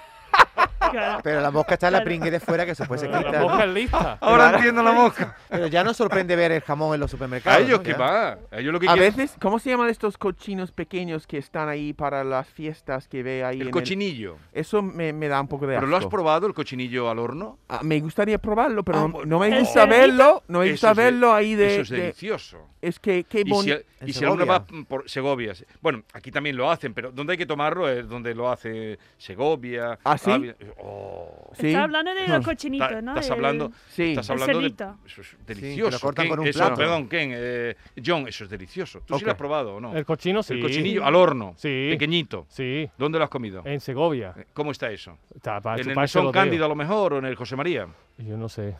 [SPEAKER 2] Claro.
[SPEAKER 4] Pero la mosca está en la
[SPEAKER 2] Claro.
[SPEAKER 4] pringue de fuera, que eso puede ser
[SPEAKER 3] la mosca
[SPEAKER 4] quitar.
[SPEAKER 3] es lista.
[SPEAKER 1] Ahora entiendo la mosca.
[SPEAKER 4] Pero ya no sorprende ver el jamón en los supermercados.
[SPEAKER 1] A ellos
[SPEAKER 4] ¿no?
[SPEAKER 1] que
[SPEAKER 4] Ya.
[SPEAKER 1] va. A ellos lo que
[SPEAKER 5] A
[SPEAKER 1] quieren-
[SPEAKER 5] veces, ¿cómo se llaman estos cochinos pequeños que están ahí para las fiestas que ve ahí? en
[SPEAKER 1] El cochinillo.
[SPEAKER 5] Eso me, me da un poco de
[SPEAKER 1] ¿Pero lo has
[SPEAKER 5] asco.
[SPEAKER 1] probado el cochinillo al horno?
[SPEAKER 5] Ah, me gustaría probarlo, pero
[SPEAKER 1] Ah,
[SPEAKER 5] no-
[SPEAKER 1] bueno.
[SPEAKER 5] no
[SPEAKER 1] El
[SPEAKER 5] me gusta
[SPEAKER 2] cerdito.
[SPEAKER 5] verlo. No me
[SPEAKER 1] Eso
[SPEAKER 5] gusta
[SPEAKER 1] es de-
[SPEAKER 5] verlo ahí de.
[SPEAKER 1] Eso es
[SPEAKER 5] de-
[SPEAKER 1] delicioso.
[SPEAKER 5] es que qué
[SPEAKER 1] Y si,
[SPEAKER 5] bonito.
[SPEAKER 1] y si
[SPEAKER 4] Segovia.
[SPEAKER 1] alguno va mm, por Segovia. se- Bueno, aquí también lo hacen, pero donde hay que tomarlo es donde lo hace Segovia.
[SPEAKER 5] ¿Ah, sí?
[SPEAKER 1] Ávila. Oh.
[SPEAKER 5] Sí,
[SPEAKER 2] Está hablando de los cochinitos,
[SPEAKER 1] Ta-
[SPEAKER 2] ¿no?
[SPEAKER 1] Estás
[SPEAKER 2] El-
[SPEAKER 1] hablando,
[SPEAKER 5] sí.
[SPEAKER 1] estás
[SPEAKER 2] El
[SPEAKER 1] hablando de.
[SPEAKER 2] cerdito.
[SPEAKER 1] Eso es
[SPEAKER 4] que
[SPEAKER 1] delicioso.
[SPEAKER 4] lo cortan
[SPEAKER 1] Ken,
[SPEAKER 4] con un
[SPEAKER 1] eso,
[SPEAKER 4] plato.
[SPEAKER 1] Perdón, Ken. eh, John, eso es delicioso. ¿Tú sí
[SPEAKER 5] Ok.
[SPEAKER 1] lo has probado o no?
[SPEAKER 3] El cochino sí.
[SPEAKER 1] El cochinillo al horno.
[SPEAKER 3] Sí.
[SPEAKER 1] Pequeñito.
[SPEAKER 3] Sí,
[SPEAKER 1] ¿Dónde lo has comido?
[SPEAKER 3] en Segovia.
[SPEAKER 1] Eh, ¿Cómo está eso?
[SPEAKER 3] Está para
[SPEAKER 1] ¿En el
[SPEAKER 3] chuparse
[SPEAKER 1] Son
[SPEAKER 3] los dedos.
[SPEAKER 1] Cándido a lo mejor o en el José María?
[SPEAKER 3] Yo no sé.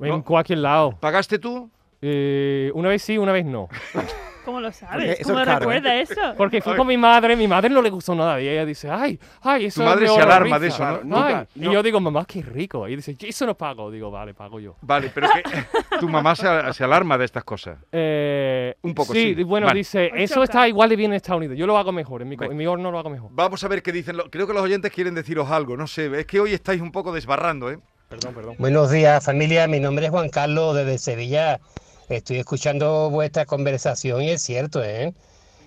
[SPEAKER 3] En
[SPEAKER 1] No.
[SPEAKER 3] cualquier lado.
[SPEAKER 1] ¿Pagaste tú?
[SPEAKER 3] Eh, una vez sí, una vez no.
[SPEAKER 2] ¿Cómo lo
[SPEAKER 4] Porque
[SPEAKER 2] sabes?
[SPEAKER 4] eso
[SPEAKER 2] ¿Cómo
[SPEAKER 4] es
[SPEAKER 3] ¿eh?
[SPEAKER 4] caro,
[SPEAKER 2] recuerda eso?
[SPEAKER 3] Porque fui con mi madre, mi madre no le gustó nada. Y ella dice, ay, ay, eso
[SPEAKER 1] Tu madre
[SPEAKER 3] me
[SPEAKER 1] se alarma
[SPEAKER 3] horroriza".
[SPEAKER 1] de eso, ¿no?
[SPEAKER 3] Ay,
[SPEAKER 1] Nunca-
[SPEAKER 3] Y
[SPEAKER 1] no.
[SPEAKER 3] yo digo, mamá, qué rico. Y dice, "Yo eso no pago. Digo, vale, pago yo.
[SPEAKER 1] Vale, pero que tu mamá se, se alarma de estas cosas.
[SPEAKER 3] Eh,
[SPEAKER 1] Un poco, sí.
[SPEAKER 3] bueno,
[SPEAKER 1] Vale.
[SPEAKER 3] dice,
[SPEAKER 2] Ay,
[SPEAKER 3] eso
[SPEAKER 2] choca.
[SPEAKER 3] está igual de bien en Estados Unidos. Yo lo hago mejor, en mi, co-
[SPEAKER 1] Ven.
[SPEAKER 3] en mi horno lo hago mejor.
[SPEAKER 1] Vamos a ver qué dicen. lo- Creo que los oyentes quieren deciros algo. No sé, es que hoy estáis un poco desbarrando, ¿eh?
[SPEAKER 3] Perdón, perdón.
[SPEAKER 6] Buenos días, familia. Mi nombre es Juan Carlos desde Sevilla. Estoy escuchando vuestra conversación y es cierto, ¿eh?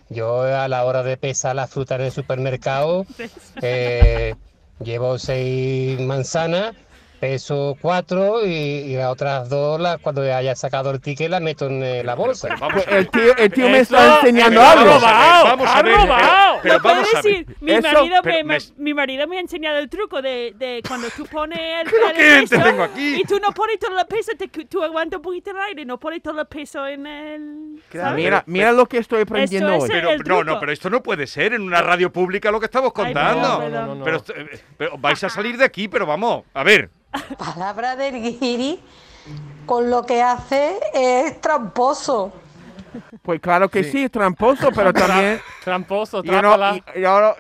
[SPEAKER 6] Yo a la hora de pesar las frutas en el supermercado, eh, llevo seis manzanas, peso cuatro y, y las otras dos, las- cuando haya sacado el ticket, las meto en eh, la bolsa.
[SPEAKER 1] Pero vamos a ver.
[SPEAKER 5] Pues, El tío, el tío me
[SPEAKER 3] Eso-
[SPEAKER 5] está enseñando
[SPEAKER 1] Pero
[SPEAKER 5] algo.
[SPEAKER 1] vamos a ver, vamos a
[SPEAKER 3] ¡Ha
[SPEAKER 1] ver,
[SPEAKER 3] robado!
[SPEAKER 1] Pero, pero
[SPEAKER 2] ¿Lo puedo
[SPEAKER 1] vamos a ver.
[SPEAKER 2] decir? Mi,
[SPEAKER 5] Eso-
[SPEAKER 2] marido
[SPEAKER 1] pero
[SPEAKER 2] me,
[SPEAKER 1] me-
[SPEAKER 2] mi marido me ha enseñado el truco de, de cuando tú pones el, el
[SPEAKER 1] ¿quién te
[SPEAKER 2] peso
[SPEAKER 1] este tengo aquí?
[SPEAKER 2] y tú no pones todo el peso, te- tú aguantas un poquito el aire, no pones todo el peso en el...
[SPEAKER 4] Claro.
[SPEAKER 2] ¿sabes?
[SPEAKER 5] Mira, mira lo que estoy aprendiendo
[SPEAKER 2] es
[SPEAKER 5] hoy.
[SPEAKER 1] Pero-
[SPEAKER 2] el
[SPEAKER 1] no,
[SPEAKER 2] truco.
[SPEAKER 1] no, pero esto no puede ser en una radio pública lo que estamos
[SPEAKER 2] Ay,
[SPEAKER 1] contando.
[SPEAKER 2] perdón, perdón.
[SPEAKER 3] no.
[SPEAKER 1] Pero, esto- eh, pero vais a salir de aquí, pero vamos, a ver.
[SPEAKER 7] palabra del guiri con lo que hace es tramposo.
[SPEAKER 5] Pues claro que sí, tramposo, pero también.
[SPEAKER 3] Tramposo,
[SPEAKER 5] yo no-
[SPEAKER 3] trápala.
[SPEAKER 5] y- yo no-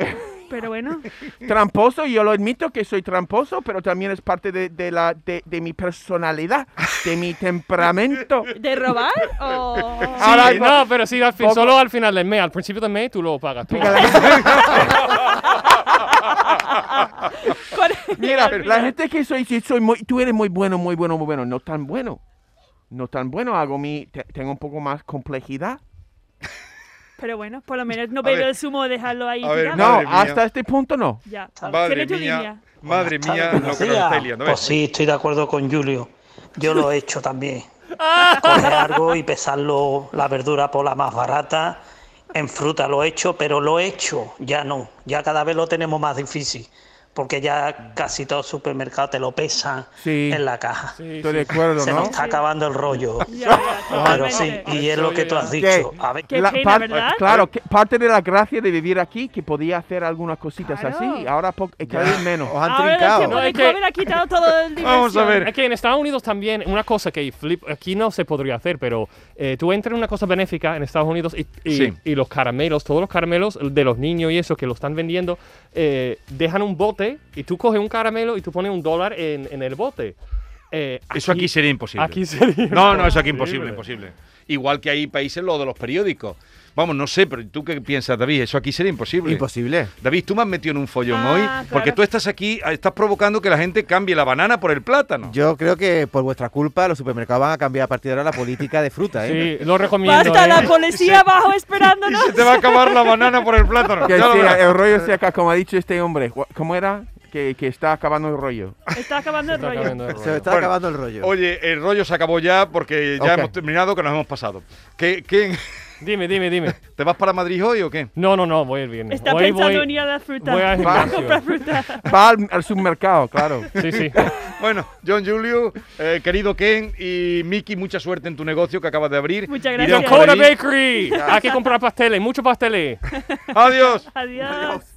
[SPEAKER 2] Pero bueno,
[SPEAKER 5] tramposo, yo lo admito que soy tramposo, pero también es parte de, de la, de, de mi personalidad, de mi temperamento.
[SPEAKER 2] ¿de robar o...?
[SPEAKER 3] Sí,
[SPEAKER 5] Ahora-
[SPEAKER 3] no, pero sí, al fin-
[SPEAKER 5] Poco-
[SPEAKER 3] solo al final del mes. Al principio del mes tú lo pagas todo.
[SPEAKER 2] Con-
[SPEAKER 5] Mira,
[SPEAKER 2] al
[SPEAKER 5] la
[SPEAKER 2] final.
[SPEAKER 5] gente que soy, sí, soy muy, tú eres muy bueno, muy bueno, muy bueno, no tan bueno. No tan bueno, hago mi, te- tengo un poco más complejidad.
[SPEAKER 2] Pero bueno, por lo menos no
[SPEAKER 1] A ver.
[SPEAKER 2] beber el zumo, dejarlo ahí
[SPEAKER 1] A ver,
[SPEAKER 2] tirado.
[SPEAKER 5] No,
[SPEAKER 1] Madre mía.
[SPEAKER 5] hasta este punto no.
[SPEAKER 2] Ya,
[SPEAKER 1] Madre
[SPEAKER 2] tiene tu
[SPEAKER 1] mía,
[SPEAKER 2] línea.
[SPEAKER 1] madre
[SPEAKER 6] Buenas
[SPEAKER 1] mía,
[SPEAKER 6] tardes,
[SPEAKER 1] lo que
[SPEAKER 6] buenos
[SPEAKER 1] nos está
[SPEAKER 6] días.
[SPEAKER 1] liando.
[SPEAKER 6] Pues
[SPEAKER 1] ¿ves?
[SPEAKER 6] sí, estoy de acuerdo con Julio. Yo lo he hecho también. Coger algo y pesarlo, la verdura por la más barata. En fruta lo he hecho, pero lo he hecho. Ya no. Ya cada vez lo tenemos más difícil. Porque ya casi todo supermercado te lo pesan
[SPEAKER 5] Sí.
[SPEAKER 6] en la caja.
[SPEAKER 3] Sí,
[SPEAKER 5] Estoy de
[SPEAKER 3] sí.
[SPEAKER 5] acuerdo,
[SPEAKER 6] Se nos
[SPEAKER 5] ¿no?
[SPEAKER 6] está acabando el rollo.
[SPEAKER 2] Ya, ya,
[SPEAKER 6] Pero sí,
[SPEAKER 2] totalmente.
[SPEAKER 6] y es lo que tú has dicho. A ver,
[SPEAKER 2] Qué pena, ¿verdad?
[SPEAKER 5] Claro, que parte de la gracia de vivir aquí que podía hacer algunas cositas
[SPEAKER 2] Claro.
[SPEAKER 5] así, ahora po- eh, cada vez menos.
[SPEAKER 4] Os han
[SPEAKER 2] Ahora el
[SPEAKER 4] trincado.
[SPEAKER 2] tiempo
[SPEAKER 3] No,
[SPEAKER 2] de
[SPEAKER 3] es que-
[SPEAKER 2] COVID ha quitado todo el diversión.
[SPEAKER 1] Vamos a ver.
[SPEAKER 3] Es que en Estados Unidos también, una cosa que flip, aquí no se podría hacer, pero eh, tú entras en una cosa benéfica en Estados Unidos y, y-
[SPEAKER 1] Sí.
[SPEAKER 3] y los caramelos, todos los caramelos de los niños y eso que lo están vendiendo, eh, dejan un bote y tú coges un caramelo y tú pones un dólar en, en el bote. Eh,
[SPEAKER 1] Eso aquí sería imposible.
[SPEAKER 3] Aquí sería
[SPEAKER 1] No, no, eso aquí imposible, imposible. Igual que hay países lo de los periódicos. Vamos, no sé, pero ¿tú qué piensas, David? Eso aquí sería imposible.
[SPEAKER 4] Imposible.
[SPEAKER 1] David, tú me has metido en un follón
[SPEAKER 2] Ah,
[SPEAKER 1] hoy
[SPEAKER 2] claro.
[SPEAKER 1] porque tú estás aquí, ah, estás provocando que la gente cambie la banana por el plátano.
[SPEAKER 4] Yo creo que por vuestra culpa los supermercados van a cambiar a partir de ahora la política de fruta, ¿eh?
[SPEAKER 3] Sí, lo recomiendo.
[SPEAKER 2] Basta,
[SPEAKER 3] eh.
[SPEAKER 2] la policía abajo esperándonos.
[SPEAKER 1] Y se te va a acabar la banana por el plátano.
[SPEAKER 5] Que
[SPEAKER 1] Ya lo
[SPEAKER 5] sea-
[SPEAKER 1] verás.
[SPEAKER 5] el rollo sea acá, como ha dicho este hombre. Gua- ¿Cómo era? Que, que está acabando el rollo.
[SPEAKER 2] Está acabando el
[SPEAKER 3] Está
[SPEAKER 2] rollo.
[SPEAKER 3] acabando el
[SPEAKER 4] Se
[SPEAKER 3] rollo.
[SPEAKER 4] me está
[SPEAKER 1] Bueno,
[SPEAKER 4] Eh, acabando el rollo.
[SPEAKER 1] Oye, el rollo se acabó ya porque ya
[SPEAKER 5] Ok.
[SPEAKER 1] hemos terminado, que nos hemos pasado. ¿Qué, qué-
[SPEAKER 3] Dime, dime, dime.
[SPEAKER 1] ¿Te vas para Madrid hoy o qué?
[SPEAKER 3] No, no, no, voy el viernes.
[SPEAKER 2] Está
[SPEAKER 3] Hoy
[SPEAKER 2] pensando
[SPEAKER 3] voy-
[SPEAKER 2] en ir a la fruta.
[SPEAKER 3] voy al
[SPEAKER 2] a
[SPEAKER 3] gimnasio.
[SPEAKER 2] comprar fruta.
[SPEAKER 5] Va al, al supermercado, claro.
[SPEAKER 3] Sí, sí.
[SPEAKER 1] Bueno, John Julio, eh, querido Ken y Miki, mucha suerte en tu negocio que acabas de abrir.
[SPEAKER 2] Muchas
[SPEAKER 1] Iremos
[SPEAKER 2] gracias.
[SPEAKER 1] por
[SPEAKER 3] Dakota
[SPEAKER 1] ahí.
[SPEAKER 3] Bakery. Hay que comprar pasteles, muchos pasteles.
[SPEAKER 1] Adiós.
[SPEAKER 2] Adiós.